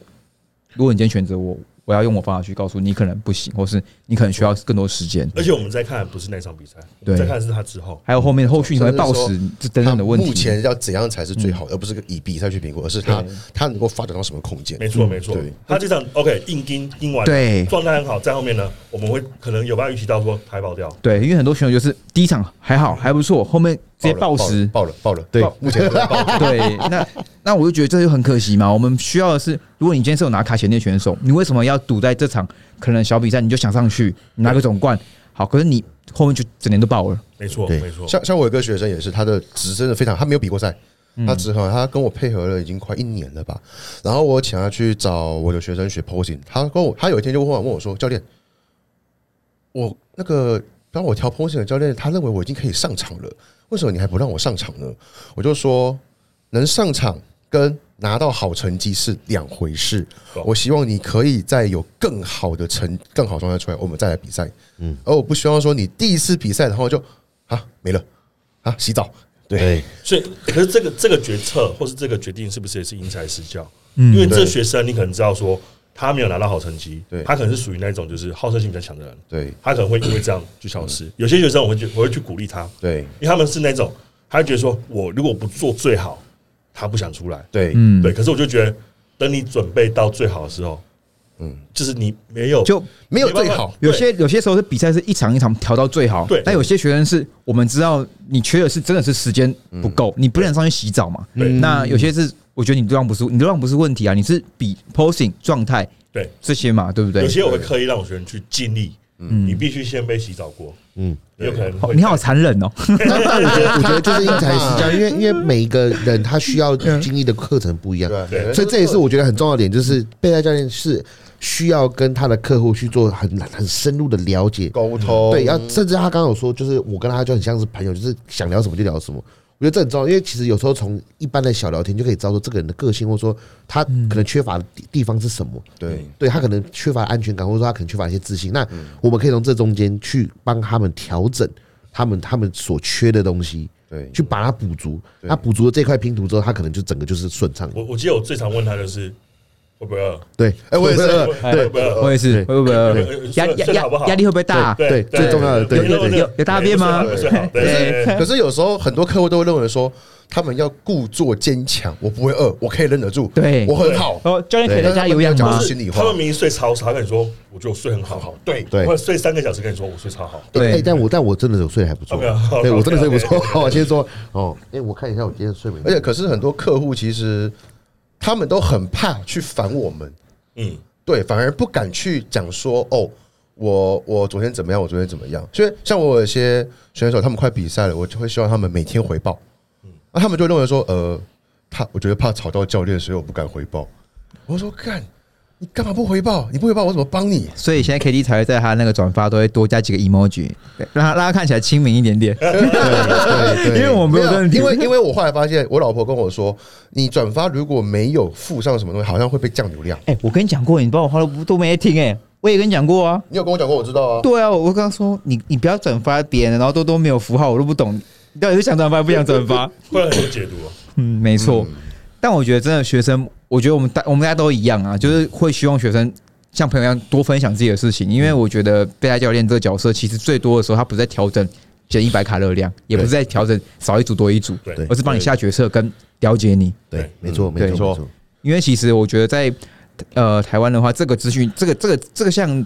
A: 如果你今天选择我，我要用我方法去告诉你可能不行，或是你可能需要更多时间。
D: 而且我们在看的不是那场比赛，我
A: 对
D: 们在看的是他之后，
A: 还有后面后续你会暴食这等等的问题。嗯
B: 目前要怎样才是最好，而不是以比赛去评估，而是他他能够发展到什么空间
D: 没。错没错
B: 嗯对，
D: 他这场 OK 硬盯盯完，
A: 对
D: 状态很好，在后面呢，我们会可能有办法预期到说台跑掉，
A: 对，因为很多选手就是第一场还好还不错，后面直接暴
B: 爆了
A: 食，
B: 爆了，爆了，对
A: 爆
B: 目前都在爆。
A: 对，那那我就觉得这就很可惜嘛。我们需要的是，如果你今天是有拿卡前列选手，你为什么要赌在这场可能小比赛你就想上去你拿个总冠？好，可是你后面就整年都爆了。
D: 没错
C: 对
D: 没错，
B: 像像我有个学生也是，他的值真的非常，他没有比过赛，
D: 嗯
B: 他值很好，他跟我配合了已经快一年了吧。然后我请他去找我的学生学 posing，他跟我，他有一天就忽然问我说：“教练，我那个帮我调 posing 的教练，他认为我已经可以上场了，为什么你还不让我上场呢？”我就说：“能上场跟拿到好成绩是两回事，
D: 懂
B: 我希望你可以再有更好的成更好状态出来，我们再来比赛。嗯，而我不希望说你第一次比赛，然后就啊没了啊洗澡，对，
D: 所以，可是这个这个决策或是这个决定，是不是也是因材施教？因为这个学生，你可能知道说他没有拿到好成绩，
B: 对
D: 他可能是属于那种就是好胜心比较强的人，
B: 对
D: 他可能会因为这样就消失。有些学生，我会去我会去鼓励他，
B: 对
D: 因为他们是那种他会觉得说我如果不做最好，他不想出来，
B: 对，
A: 嗯，
D: 对。可是我就觉得，等你准备到最好的时候，嗯，就是你没有
A: 就
B: 没有
D: 办
B: 最
D: 法
B: 好，
A: 有
D: 对
A: 些有些时候是比赛是一场一场调到最好，
D: 对
A: 但有些学生是我们知道你缺的是真的是时间不够，你不能上去洗澡嘛。
D: 嗯对
A: 那有些是我觉得你流量不是你流量不是问题啊，你是比 posing 状态
D: 对。
A: 这些嘛，对不对
D: 有？些我会刻意让我学生去尽力，嗯，你必须先被洗澡过，嗯，有可能
A: 好，
D: 会
A: 你好残 忍哦。
C: 那那我觉得，我觉得就是因材施教，因为因为每一个人他需要经历的课程不一样，
B: 对啊
D: 对
C: 所以这也是我觉得很重要的点，就是备赛教练是需要跟他的客户去做很很深入的了解，
B: 沟通，
C: 对，要甚至他刚刚有说，就是我跟他就很像是朋友，就是想聊什么就聊什么。我觉得这很重要，因为其实有时候从一般的小聊天就可以知道说这个人的个性，或者说他可能缺乏的地地方是什么。
B: 对
C: 对他可能缺乏安全感，或者说他可能缺乏一些自信。那我们可以从这中间去帮他们调整他们他们所缺的东西，
B: 对
C: 去把它补足。他补足了这块拼图之后，他可能就整个就是顺畅。
D: 我我记得我最常问他就是会不会饿，
C: 对，
B: 哎我也是
D: 会不会
A: 对
D: 会不会饿，
A: 我也是，会不会
D: 哦 对啊
A: 压
D: 睡
A: 压
D: 睡得好不
A: 压
D: 好
A: 压力会不会大？
C: 对最重要的对
D: 有
C: 对对
A: 有有大便吗
D: 睡好，对
A: 对
D: 对对
B: 可是有时候很多客户都会认为说，他们要故作坚强，我不会饿，我可以忍得住，
A: 对
B: 我很好，
A: 哦，教练可以在家有氧吗
B: 对？心里话
D: 他们明明睡超少，他跟你说，我觉得我睡很好，好，对
C: 对
D: 我睡三个小时，跟你说我睡超好，
A: 对
C: 哎，但我但我真的有睡得还不错
D: OK，OK，OK，，
C: 对我真的睡不
D: OK，OK，OK
C: 错。我先说哦，哎，我看一下我今天睡没睡？
B: 而且嗯可是很多客户其实他们都很怕去烦我们，
D: 嗯，
B: 对，反而不敢去讲说哦，我我昨天怎么样，我昨天怎么样。所以像我有些选手，他们快比赛了，我就会希望他们每天回报。那、他们就认为说，呃，怕我觉得怕吵到教练，所以我不敢回报。我说干，你干嘛不回报？你不回报，我怎么帮你？
A: 所以现在 K D 才会在他那个转发都会多加几个 emoji，对让他让他看起来亲民一点点。
C: 对
A: 因为我没有
B: 有，
A: 问题，
B: 因为因为我后来发现，我老婆跟我说，你转发如果没有附上什么东西，好像会被降流量。
A: 哎，我跟你讲过，你把我话都不都没听哎，我也跟你讲过啊。
B: 你有跟我讲过，我知道啊。
A: 对啊，我刚刚说你你不要转发别人的，然后都都没有符号，我都不懂，你到底是想转发还是不想转发？
D: 会有很多解读哦，
A: 嗯，没错。但我觉得真的学生，我觉得我们大我们大家都一样啊，就是会希望学生像朋友一样多分享自己的事情，因为我觉得备胎教练这个角色其实最多的时候，他不是在调整减一百卡热量，也不是在调整少一组多一组
D: 对，
A: 而是帮你下决策跟了解你。
C: 对，没错没错
A: 对
C: 没错，
A: 因为其实我觉得在呃台湾的话，这个资讯，这个这个这个项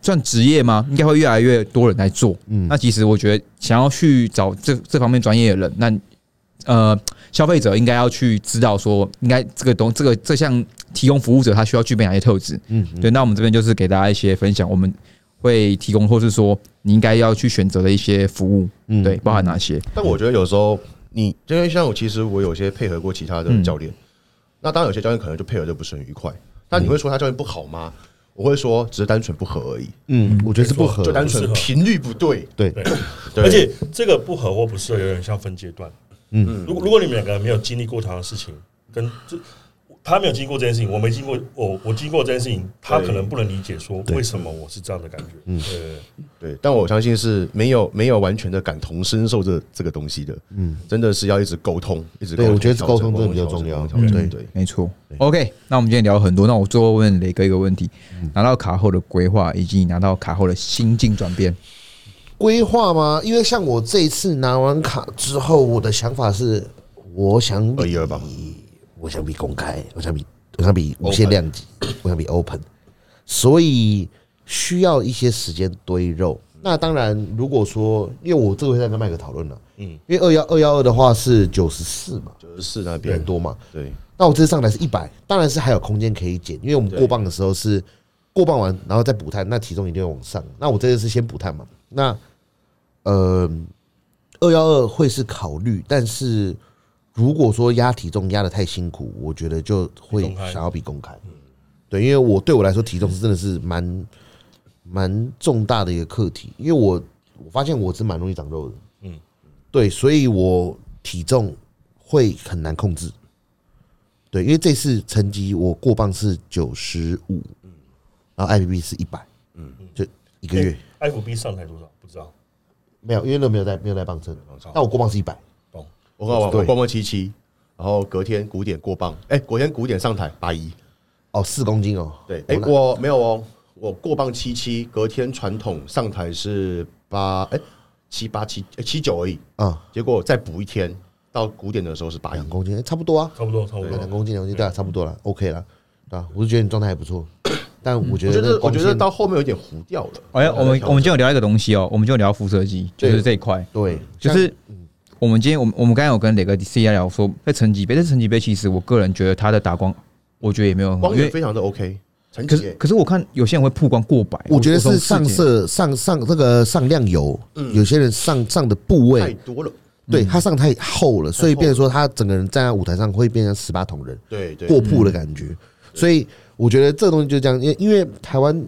A: 算职业吗？应该会越来越多人来做。嗯，那其实我觉得想要去找这这方面专业的人，那呃消费者应该要去知道说，应该这个东这个这项提供服务者他需要具备哪些特质。嗯，对。那我们这边就是给大家一些分享，我们会提供或是说你应该要去选择的一些服务，对，包含哪些？
B: 但我觉得有时候你，因为像我，其实我有些配合过其他的
C: 嗯
B: 教练，那当然有些教练可能就配合的不是很愉快，但
C: 嗯
B: 你会说他教练不好吗？我会说只是单纯不合而已，
C: 嗯，我觉得是不合
B: 就，单
D: 不适
B: 纯
D: 合
B: 频率不对，
C: 对，
B: 对
D: 而且这个不合或不适合有点像分阶段。嗯，如果如果你们两个人没有经历过同样的事情，跟这他没有经历过这件事情，我没经过，我我经过这件事情，他可能不能理解说为什么我是这样的感觉。嗯，
B: 对，但我相信是没有没有完全的感同身受这这个东西的，嗯，真的是要一直沟通，一直
C: 对
B: 沟通
C: 我觉得
B: 调
C: 沟
B: 整
C: 通真的比较
B: 沟通
C: 重要
B: 调整
C: 嗯对
B: 对对，
A: 没错。OK，那我们今天聊了很多，那我最后问雷哥一个问题：
C: 嗯
A: 拿到卡后的规划，以及拿到卡后的心境转变。
C: 规划吗？因为像我这一次拿完卡之后，我的想法是，我想
B: 二一
C: 比，
B: 二吧，
C: 我想比公开，我想比，我想比无限量级，我想比 open，所以需要一些时间堆肉。那当然，如果说，因为我这个会再跟麦克讨论了，嗯，因为二幺二幺二的话是九十四嘛，
B: 九十四那
C: 很
B: 边
C: 多嘛，
B: 对，
C: 那我这次上来是一百，当然是还有空间可以减，因为我们过磅的时候是过磅完然后再补碳，那体重一定会往上。那我这次是先补碳嘛，那呃二幺二会是考虑，但是如果说压体重压的太辛苦，我觉得就会
D: 公开
C: 想要比公开，对，因为我对我来说体重是真的是蛮蛮重大的一个课题，因为我我发现我是蛮容易长肉的，嗯，对，所以我体重会很难控制。对，因为这次成绩我过磅是九十五，然后 IPB 是一百，嗯，就一个月
D: ，FB 上台多少不知道，
C: 没有，因为那没有带没有带磅秤，但我过磅是一百，
D: 懂？
B: 我刚我
C: 对
B: 我逛过七七，然后隔天古典过磅，哎，隔天古典上台八一，
C: 哦，四公斤哦，
B: 对，哎，
C: 那
B: 我没有哦，我过磅七七，隔天传统上台是八，哎，七八七哎七九而已，
C: 啊
B: 结果再补一天到古典的时候是八一
C: 两，公斤、哎差不多啊，
D: 差不多，差不
C: 两
D: 多。
C: 公斤两公斤对啊，差不多了，OK 了，对啊，我就觉得你状态还不错，但我觉
B: 我觉
C: 得那个
B: 得我
C: 光
B: 觉
C: 线
B: 得到后面有点糊掉了，
A: 哎，我们我们今天有聊一个东西哦，我们就聊辐射机，就是这一块。
C: 对，
B: 嗯
C: 嗯
A: 就是我们今天我们我们刚才有跟磊哥 C I 聊说，在成绩杯，但是成绩杯其实我个人觉得它的打光，我觉得也没有很好，
B: 光
A: 因
B: 源
A: 为
B: 非常的 OK，陈
A: 可
B: 杰
A: 是可是我看有些人会曝光过百，
C: 我觉得
A: 从
C: 是
A: 视
C: 上
A: 觉
C: 色上上那个上量油，有些人上上的部
B: 嗯太
C: 位，
B: 多了，
C: 对他上太厚了，所以
B: 太厚
C: 变成说他整个人站在舞台上会变成十八铜人。
B: 对嗯对，
C: 过曝的感觉。所以我觉得这东西就这样，因为因为台湾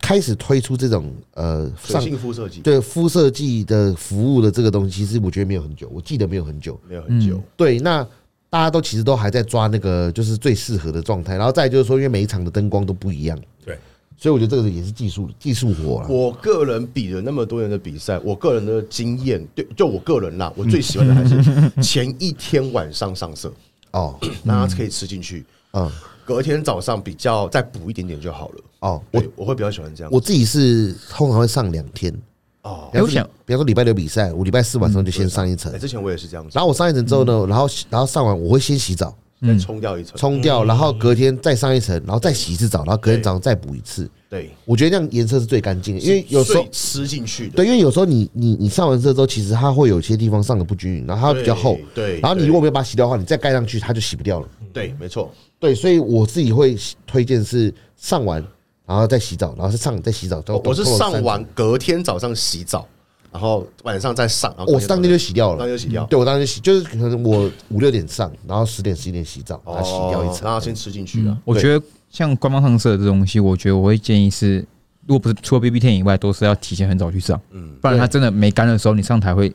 C: 开始推出这种呃
B: 水
C: 上
B: 性肤色剂
C: 对肤色剂的服务的这个东西，其实我觉得没有很久，我记得没有很久。
B: 没有很久，
C: 对，那大家都其实都还在抓那个就是最适合的状态，然后再就是说，因为每一场的灯光都不一样，
D: 对，
C: 所以我觉得这个也是技术技术活了。
B: 我个人比了那么多年的比赛，我个人的经验，对，就我个人啦，我最喜欢的还是前一天晚上上色，
C: 哦，
B: 让它可以吃进去，
C: 嗯，
B: 隔天早上比较再补一点点就好了。
C: 哦，我
B: 我我会比较喜欢这样。
C: 我自己是通常会上两天，
B: 哦，
A: 哎我想
C: 比方说礼拜六比赛，我礼拜四晚上就先上一层
B: 哎，，之前我也是这样子
C: 然，后我上一层之后
B: 嗯
C: 呢，然后然后上完我会先洗澡，
B: 再冲掉一层，
C: 嗯冲掉，然后隔天再上一层，然后再洗一次澡，然后隔天早上再补一次。
B: 对，
C: 我觉得这样颜色是最干净的，因为有时候
B: 水吃进去的，
C: 对，因为有时候你你你上完色之后，其实它会有些地方上的不均匀，然后它会比较厚，
B: 对对
C: 然后你如果没有把它洗掉的话，你再盖上去它就洗不掉了。
B: 对，没错，
C: 对，所以我自己会推荐是上完然后再洗澡，然后再上再洗澡。
B: 哦我我是
C: 通常
B: 上
C: 三
B: 完
C: 层，
B: 隔天早上洗澡，然后晚上再上，然后
C: 哦我是当天就洗掉
B: 当
C: 了。
B: 天就洗掉，
C: 对，我当天洗就是可能我五六点上，然后十点十一点洗澡，然后洗掉一
B: 哦
C: 层。嗯
B: 然后先吃进去啊。
A: 我觉得像官方上色的这东西，我觉得我会建议是，如果不是除了 B B 天以外，都是要提前很早去上，不然它真的没干的时候，你上台会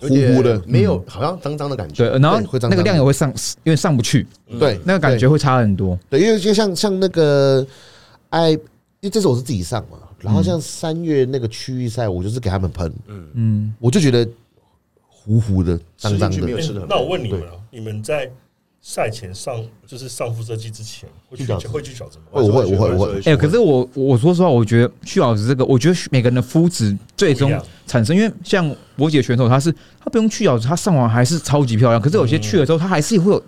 B: 有点
C: 糊糊的嗯
B: 没有好像脏脏的感觉
A: 对，，然后
C: 对嗯会脏
A: 那个
C: 脏
A: 量也会上，因为上不去，
B: 嗯
C: 对，
A: 那个感觉会差很多。
C: 对，因为就像像那个哎，因为这次我是自己上嘛，然
B: 嗯
C: 后像三月那个区域赛，我就是给他们喷，嗯嗯，我就觉得糊糊的、脏脏
B: 吃进去没有
C: 的，
B: 吃的很。
D: 那我问你们啊，你们在赛前上就是上辐射剂之前会去
C: 去角质
D: 会去角质吗？
C: 会我会我会我会
A: 哎、可是我我说实话，我觉得徐老师这个，我觉得每个人的肤质最终
D: 不一样
A: 产生，因为像伯姐选手，她是她不用去角质，她上完还是超级漂亮。可是有些去了之后，她还是会有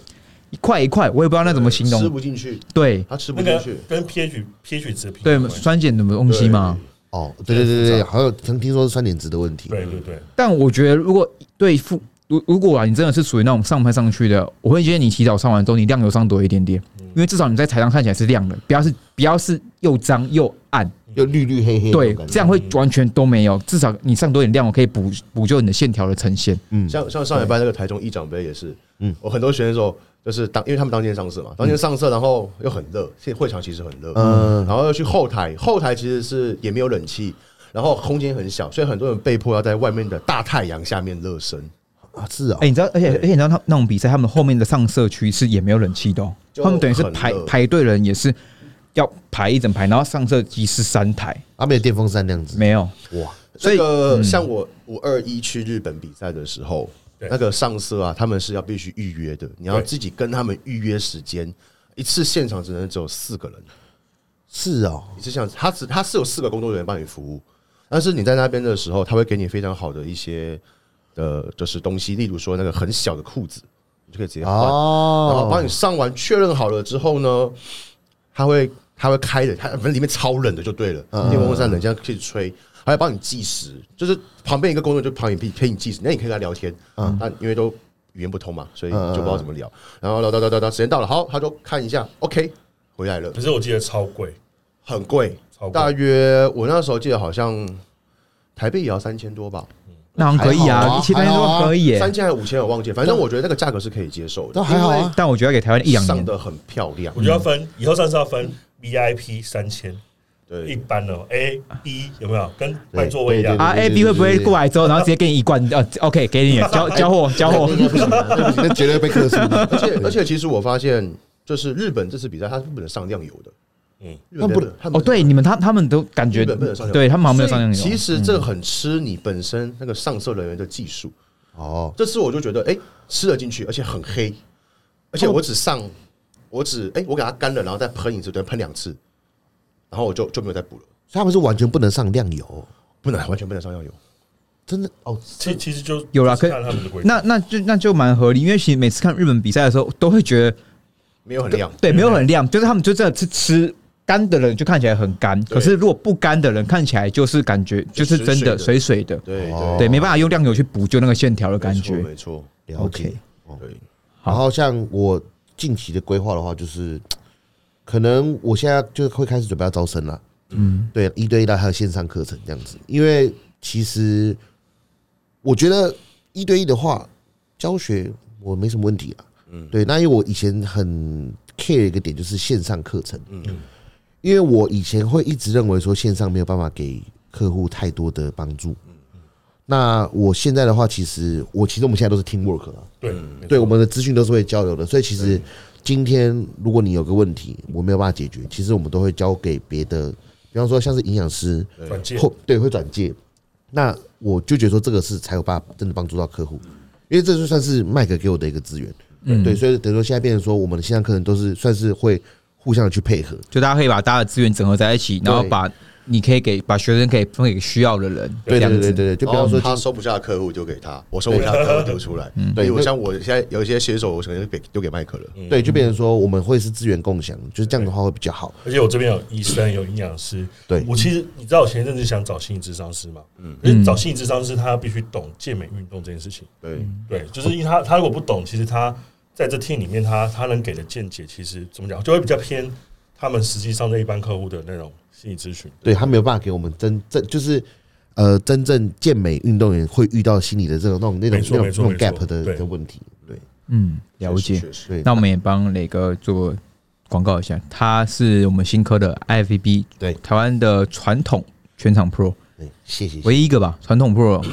A: 一块一块，我也不知道那怎么形
B: 吃
A: 容。
B: 不进去，
A: 对
B: 它吃不
D: 那
B: 进
D: 个
B: 去，
D: 跟 pH pH 值平
A: 对
D: 衡，关系
A: 酸碱什么东西嘛。
C: 哦，对对对对，好像听听说是酸碱值的问题，
D: 对对对，
A: 但我觉得，如果对肤，如如果啊，你真的是属于那种上拍上去的，我会建议你提早上完之后，你亮油上多一点点，
B: 嗯
A: 因为至少你在台上看起来是亮的，不要是不要是又脏又暗，
C: 又绿绿黑黑，
A: 对，这样会
B: 嗯
A: 完全都没有。至少你上多一点亮，我可以补补救你的线条的呈现。
B: 像像上礼拜那个台中议长杯也是，嗯，我很多学生说就是当，因为他们当天上色嘛，当天上色，然后又很热，现在会场其实很热，嗯，然后又去后台，后台其实是也没有冷气，然后空间很小，所以很多人被迫要在外面的大太阳下面热身，
C: 啊，是啊
A: 哎、，你知道，而且而且你知道他那种比赛，他们后面的上社区是也没有冷气的、哦，
B: 就
A: 他们等于是
B: 很
A: 排
B: 热
A: 排队人也是要排一整排，然后上社机是三台，
C: 啊，没有电风扇那样子，
A: 没有，
C: 哇，
A: 所以
B: 那个像我五二一去日本比赛的时候，
D: 对
B: 那个上色啊，他们是要必须预约的，你要
D: 对
B: 自己跟他们预约时间，一次现场只能只有四个人，啊
C: 是哦，
B: 一次现场他只他是有四个工作人员帮你服务，但是你在那边的时候，他会给你非常好的一些呃，就是东西，例如说那个很小的裤子，你就可以直接换，然后
C: 哦，
B: 帮你上完确认好了之后呢，他会他会开的，他反正里面超冷的就对了，电风扇冷，这样可以吹，还会帮你计时，就是旁边一个工作人员就旁边陪陪你计时，那你可以跟他聊天，嗯，但因为都语言不通嘛，所以就不知道怎么聊，然后聊聊聊聊聊，时间到了，好，他就看一下，OK，回来了，
D: 可是我记得超贵，
B: 很贵
D: 超，贵
B: 大约我那时候记得好像台币也要三千多吧，
A: 那好像可以
C: 还好
A: 啊，
C: 啊
A: 一千多都可以耶、
B: 三千还是五千我忘记了，反正我觉得那个价格是可以接受的，
C: 那还好啊，
A: 但我觉得要给台湾的一
B: 因为
A: 两
B: 上
A: 年，
B: 的很漂亮
D: 我，觉得要分，以后上次要分
C: 嗯
D: VIP 三千，
B: 对
D: 一。般的 A B 有没有跟办座位一样
C: 对？
A: 啊，A B 会不会过来之后，然后直接给你一罐？呃，OK，给你交交货交货。
D: 啊
C: 那绝对被克数，
B: 而且而且，其实我发现，就是日本这次比赛，它是不能上量油的。
D: 嗯
B: 嗯，那
C: 那不
B: 能，他们
A: 哦，对，你们他他们都感觉
B: 日本不能上，
A: 对他们好像没有上量油。
B: 所以其实这很吃你本身那个上色人员的技术。
C: 哦，
B: 这次我就觉得，哎，吃了进去，而且很黑，而
C: 哦
B: 且我只上，我只哎，我给它干了，然后再喷一次，对，喷两次，然后我就就没有再补了，
C: 所以他们是完全不能上亮油，
B: 不能完全不能上量油。
C: 真的哦，
D: 其其实就
A: 有啦
D: 就是
A: 可
D: 看他们的规矩。
A: 那那就那就蛮合理，因为其实每次看日本比赛的时候，都会觉得
B: 没有很亮，
A: 对没有很亮，就是他们就真的是吃干的人就看起来很干，可是如果不干的人看起来就是感觉就是真的水
B: 水
A: 水的，
B: 对
C: 哦
A: 对，没办法用亮油去补救那个线条的
B: 没
A: 感
B: 错
A: 觉。
B: 没错，
C: 了解
A: OK。
B: 对，
A: 好
C: 然后像我近期的规划的话，就是可能我现在就会开始准备要招生了。嗯，对，一对一的还有线上课程这样子，因为其实我觉得一对一的话，教学我没什么问题啊。嗯，对，那因为我以前很 care 一个点就是线上课程，嗯，因为我以前会一直认为说线上没有办法给客户太多的帮助。那我现在的话，其实我其实我们现在都是 team work 啊，
D: 对
C: 对，我们的资讯都是会交流的，所以其实今天如果你有个问题，我没有办法解决，其实我们都会交给别的，比方说像是营养师
D: 转介
C: 或对会转介，那我就觉得说这个是才有办法真的帮助到客户，因为这就算是麦克给我的一个资源，对，所以等于说现在变成说我们的线上课程都是算是会互相的去配合，
A: 就大家可以把大家的资源整合在一起，然后
C: 对
A: 把你可以给把学生可以分给需要的人，这
C: 对对
A: 样
C: 对
A: 子
C: 对对，就比
B: 然
C: 方
B: 后
C: 说
B: 他
C: 今嗯
B: 收不下的客户丢给他，我收不下的客户丢出来。对，我像我现在有一些写手，我可能就给丢给麦克了。
C: 对，就变成说我们会是资源共享，就是这样的话会比较好，
D: 而且我这边有医生，有营养师。
C: 对
D: 我其实你知道，我前一阵子想找心理智商师嘛，嗯，因为找心理智商师，他必须懂健美运动这件事情。
B: 对，
C: 嗯
D: 对，就是因为他他如果不懂，其实他在这 team 里面他，他能给的见解，其实怎么讲，就会比较偏他们实际上在一般客户的那种心理咨询。
C: 对他没有办法给我们真正就是呃真正健美运动员会遇到心理的这种那种那
D: 没
C: 种
D: 错
C: 那种
D: 没
C: 那
D: 错
C: 种
D: 没
C: gap
D: 错
C: 的
D: 对
C: 的问题，对
A: 嗯，了解。
B: 确实
C: 对。
A: 那我们也帮磊哥做广告一下，他是我们新科的 IFBB，
C: 对
A: 台湾的传统全场 Pro，
C: 对，谢谢。
A: 唯一一个吧，传统 Pro，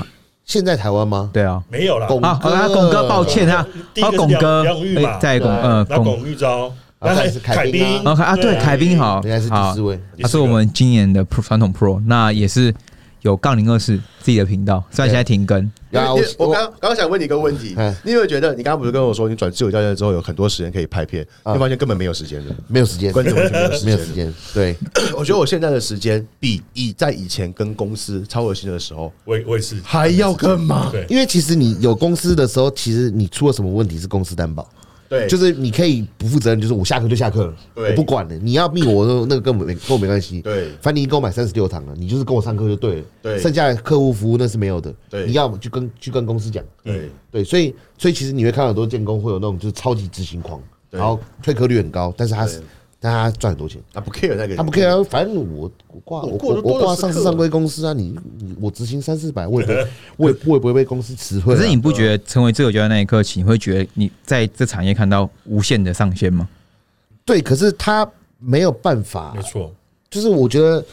C: 现在台湾吗？
A: 对啊，
D: 没有啦，
C: 拱
A: 啊，
C: 哥
A: 啊，拱哥，抱歉啊，
D: 第一
A: 啊，
D: 个是
A: 拱
D: 梁
A: 哥
D: 梁玉，嘛
A: 哎再拱，
C: 对
A: 呃，
D: 那
A: 拱，
D: 龚玉昭，
C: 啊
D: 那
C: 再是凯
D: 哎凯
C: 宾啊
D: 宾哎
A: 哦，凯啊，对，凯宾，好
C: 应该是，第
A: 好
C: 四，位。
A: 他是我们今年的 Pro 传统 Pro，那也是有杠零二四自己的频道，虽然现在停更，
B: 然
C: 然
B: 后
C: 后
B: 我刚刚刚想问你一个问题
C: 嗯，
B: 你有没有觉得你刚刚不是跟我说你转自由教练之后有很多时间可以拍片，
C: 啊
B: 你发现根本没有时间了？
C: 没有时间，
B: 观众完全
C: 没有时间。对，
B: 我觉得我现在的时间比以在以前跟公司超核心的时候
D: 我也我也是，
B: 还要更忙。
D: 对
C: 因为其实你有公司的时候，其实你出了什么问题是公司担保，
B: 对
C: 就是你可以不负责任，就是我下课就下课了，
B: 哎对
C: 我不管了。你要命我，那那个跟我没跟我没关系。
B: 对
C: 反正你给我买三十六堂了，你就是跟我上课就对了。
B: 对
C: 剩下的客户服务那是没有的。
B: 对
C: 你要么就跟去跟公司讲。
B: 对
C: 对，所以所以其实你会看到很多建工会有那种就是超级执行狂，
B: 对
C: 然后退课率很高，但是他是但他赚很多钱。
B: 他不 care 那个人，
C: 他不 care，啊反正我我挂我
B: 我过得
C: 我
B: 多
C: 我
B: 的
C: 挂
B: 是
C: 上市
B: 客
C: 上规公司啊，你你我执行三四百，我也 不会我也我也不会被公司辞退啊。
A: 可是你不觉得成为自由教的那一刻起，你会觉得你在这产业看到无限的上限吗？
C: 对，可是他没有办法
D: 没，错，
C: 就是我觉得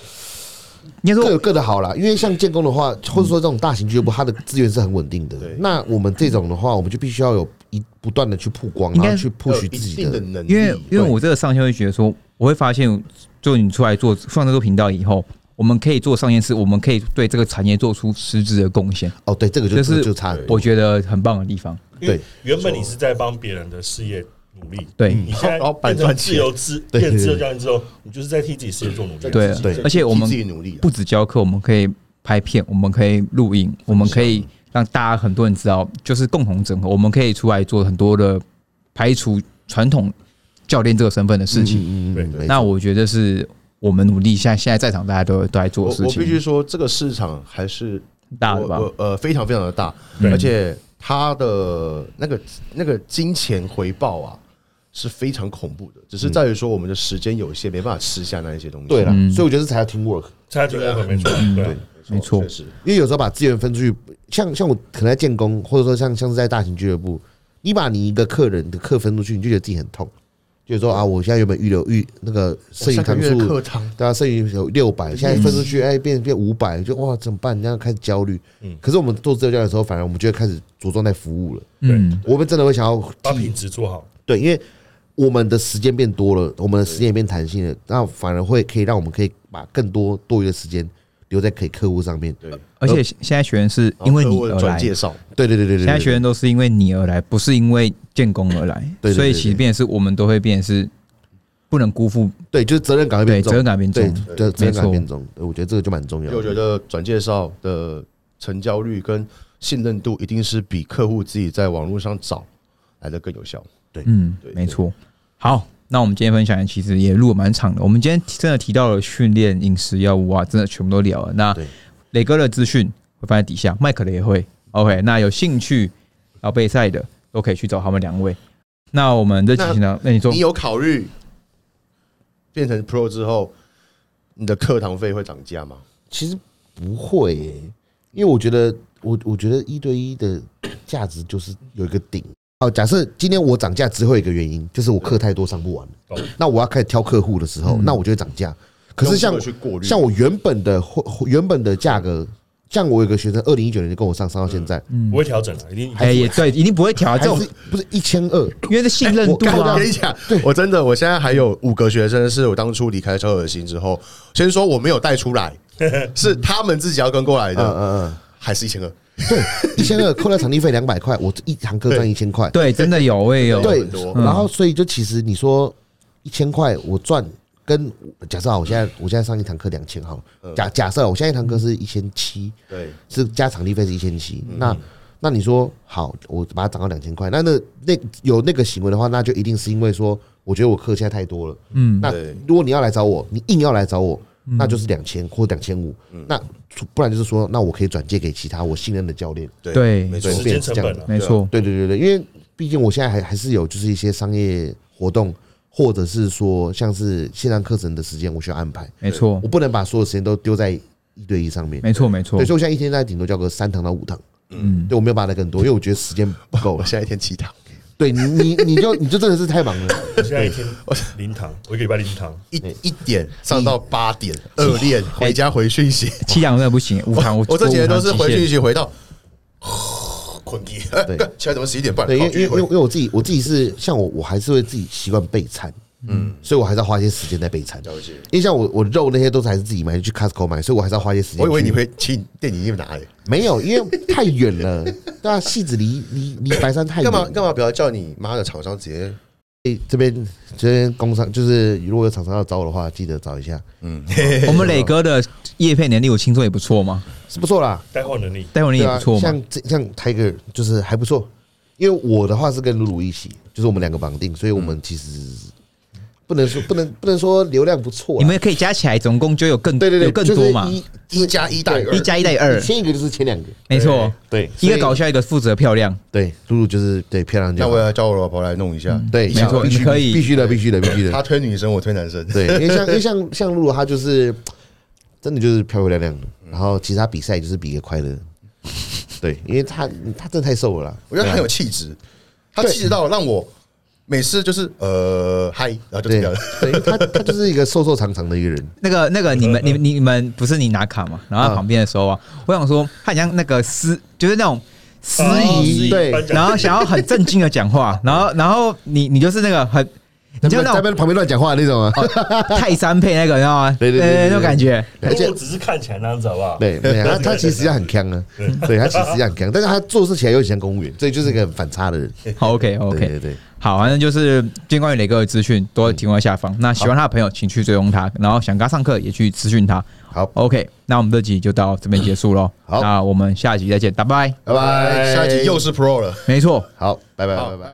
A: 应该
C: 各有
A: 说，
C: 各的好啦。因为像建工的话，或者说这种大型俱乐部，它的资源是很稳定的
B: 对。
C: 那我们这种的话，我们就必须要有一不断的去曝光，
A: 应
C: 然
A: 该
C: 后去
B: 要有
C: push 自
B: 一
C: 己
B: 定的
C: 的。
B: 能力，
A: 因为因为
B: 对
A: 我这个上线会觉得说，我会发现，就你出来做创这个频道以后，我们可以做上件事，我们可以对这个产业做出实质的贡献，
C: 哦，对，这个就
A: 这
C: 这个
A: 是
C: 就差很多
A: 我觉得很棒的地方。
D: 因为
C: 对
D: 原本你是在帮别人的事业努力，
A: 对
D: 你现在
B: 老板
D: 变
B: 赚
D: 成
B: 钱
D: 自由自
C: 对
D: 变成自由教练之后，你就是在替自己事业做努力。
A: 对
B: 自己
A: 而且我们
B: 自己努力啊，
A: 不止教课，我们可以拍片，我们可以录影，我们可以让大家很多人知道，就是共同整合，我们可以出来做很多的排除传统教练这个身份的事情。
C: 嗯嗯
D: 对
C: 嗯，没
A: 那
C: 错
A: 我觉得是我们努力，现在现在在场大家都都在做
B: 我
A: 的事
B: 我必须
A: 情，
B: 说，这个市场还是
A: 大的吧
B: 我？我呃，非常非常的大，
A: 对
B: 而且它的那个那个金钱回报啊，是非常恐怖的。只是在于说，我们的时间有限，没办法吃下那一些东西。
C: 对了，
A: 嗯
C: 所以我觉得这才叫 team work。
D: 参加听过没错，
C: 嗯
D: 对，啊
A: 没错
B: 确，实
C: 因为有时候把资源分出去，像像我可能在建工，或者说像像是在大型俱乐部，你把你一个客人的课分出去，你就觉得自己很痛，就是说啊，我现在原本预留预那个剩
B: 哦
C: 余
B: 下个
C: 堂
B: 月的
C: 数
B: 课，堂
C: 对啊，剩余有六百，
B: 嗯
C: 现在分出去，哎，变变五百，就哇怎么办？你这样开始焦虑。
B: 嗯
C: 可是我们做自由教练的时候，反而我们就会开始着重在服务了。
A: 嗯，
C: 我们真的会想要
D: 把品质做好，
C: 对，因为我们的时间变多了，我们的时间也变弹性了，
B: 嗯
C: 那反而会可以让我们可以把更多多余的时间留在可以客户上面。
B: 对，
A: 而
C: 呃
A: 且现在学员是
B: 然
C: 哦
B: 后
A: 因为你
B: 客户的
A: 而
B: 转
A: 来，
B: 介绍，
C: 对对对对对，
A: 现在
C: 对
A: 学员都是因为你而来，不是因为建功而来，
C: 对对对
A: 所以其实变成是我们都会变成是不能辜负
C: 对，就是责任感会变
A: 对
C: 重，
A: 责任感变重，
C: 对，责责任
A: 没
C: 感
A: 错
C: 变重，对我觉得这个就蛮重
B: 因
C: 要
B: 为
C: 的。
B: 我觉得转介绍的成交率跟信任度，一定是比客户自己在网络上找来的更有效。
A: 嗯
B: 对，
A: 没错。好，那我们今天分享的其实也录得蛮长的。我们今天真的提到了训练、饮食、药物啊，真的全部都聊了。那
C: 对
A: 磊哥的资讯会放在底下，麦克的也会。OK，那有兴趣然后备赛的都可以去找他们两位。那我们这期呢？那你说
B: 你有考虑变成 Pro 之后，你的课堂费会涨价吗？
C: 其实不会耶、因为我觉得我我觉得一对一的价值就是有一个顶。哦，假设今天我涨价只会有一个原因，就是我课太多上不完
D: 懂。
C: 那我要开始挑客户的时候，那我就会涨价。可是像
B: 用这个去过滤，
C: 像我原本的或或原本的价格，像我有个学生，二零一九年就跟我上上到现在，
D: 不会调整啊的，一定
A: 嗯哎、也对，一定不会调啊这种
C: 还是，不是一千二？
A: 因为是信任度
B: 我
A: 啊
B: 跟。你讲，我真的，我现在还有五个学生是我当初离开超恶心之后，先说我没有带出 来，是他们自己要跟过来
C: 嗯
B: 的，
C: 嗯
B: 还是一千二？
C: 嗯， 一千二扣掉场地费两百块，我一堂课赚一千块。
A: 对，真的有，我也有。
C: 对
B: 很多，
C: 然后所以就其实你说一千块我赚，跟假设啊，我现在我现在上一堂课两千好
B: 嗯
C: 了，假假设啊我现在一堂课是一千七，
B: 对，
C: 是加场地费是一千七，
B: 嗯
C: 那那你说好，我把它涨到两千块，那那那有那个行为的话，那就一定是因为说，我觉得我课现在太多了，
A: 嗯，
C: 那
B: 对
C: 如果你要来找我，你硬要来找我，那就是两千或两千五，
B: 嗯
C: 那不然就是说，那我可以转借给其他我信任的教练。
B: 对
A: 对
B: 没错
C: 对，
D: 时间成本啊，
A: 没错，
C: 对对对对，因为毕竟我现在还还是有就是一些商业活动，或者是说像是线上课程的时间，我需要安排，
A: 没错
C: 我，不能把所有时间都丢在一对一上面。
A: 没错，没错
C: 对，。所以我现在一天大概顶多教个三堂到五堂，嗯，对我没有办法再更多，因为我觉得时间不够
B: 我
C: 了。
B: 现在一天七堂，
C: 对你你你就你就真的是太忙了，
D: 我现在一天零堂，我一个礼拜零堂，
B: 一一点上到八点，恶练回家回讯息，
A: 七两真的不行，五堂我
B: 我这几天都是回
A: 去。
B: 讯息回到。 困意，哎 干起来怎么十一点半？
C: 对，因
B: 好
C: 为
B: 继
C: 因为
B: 续
C: 因为
B: 回
C: 因为我自己我自己是像我我还是会自己习惯备餐，嗯，所以我还是要花一些时间在备餐。
B: 了解
C: 因为像我我肉那些都是还是自己买去 Costco 买，所以我还是要花一些时间去。
B: 我以为你会去店里面拿诶，
C: 没有，因为太远 了，对啊，戏子离离离白山太
B: 干
C: 远
B: 嘛
C: 了。
B: 干嘛不要叫你妈的厂商直接
C: 诶这边这边工商就是如果有厂商要找我的话，记得找一下，
A: 我们磊哥的叶片能力，我听说也不错嘛，
C: 是不错啦。
D: 带货能力
A: 待会儿你
C: 对
A: 也
C: 啊
A: 不错，嘛。
C: 像这像 Tiger 就是还不错，因为我的话是跟露露一起，就是我们两个绑定，所以我们其实不能说不能不能说流量不错啦，
A: 你们可以加起来，总共就有更
C: 啊对对对
A: 有更多嘛
C: 就是，一
B: 一加一大于二
A: 啊一，加一等于二，
C: 前一个就是前两个，
A: 没错，
C: 对
A: 一
C: 所
A: 个
C: 以
A: 搞笑，一个负责漂亮，
C: 对，露露就是对漂亮就
B: 那
C: 好，
B: 我要叫我老婆来弄一下，
C: 对，
A: 没错
C: 必须
A: 你可以
C: 必须的，必须的，必须
B: 她
C: 的，
B: 推女生，我推男生，
C: 对，因为像因为像像露露她就是真的就是漂漂亮亮的，然后其实她比赛就是比个快乐，对，因为她她真的太瘦了啦，
B: 我觉得很有气质，她气质到让我每次就是呃嗨，然后就这
C: 对
B: 样。
C: 对，她她就是一个瘦瘦长长的一个人，
A: 那个那个你们你们你们不是你拿卡嘛？然后他旁边的时候啊，我想说他很像那个司，就是那种司仪，
C: 哦仪对
A: 然后想要很正经的讲话，然后然后你你就是那个很，你
C: 在
A: 就那
C: 在
A: 种
C: 旁边乱讲话的那种啊，
A: 泰山配那个，你知道吗？
C: 对对对对
A: 呃
C: 对
A: 那种感觉。
C: 而且
D: 我只是看起来那样子好不好？
C: 对 对，他他其实很强啊， 对他其实很强，但是他做事起来有点像公务员，所以就是一个很反差的人。
A: 好，OK
C: 对
A: OK，
C: 对对，
A: 好，反正就是今天关于磊哥的资讯都提供在下方。
C: 嗯
A: 那喜欢他的朋友，请去追踪他，然后想跟他上课也去咨询他。
C: 好，
A: OK，那我们这集就到这边结束喽。
C: 好
A: 那我们下集再见，拜拜。
C: 拜 拜，
B: 下一集又是 Pro 了。
A: 没错，
C: 好，拜拜拜拜。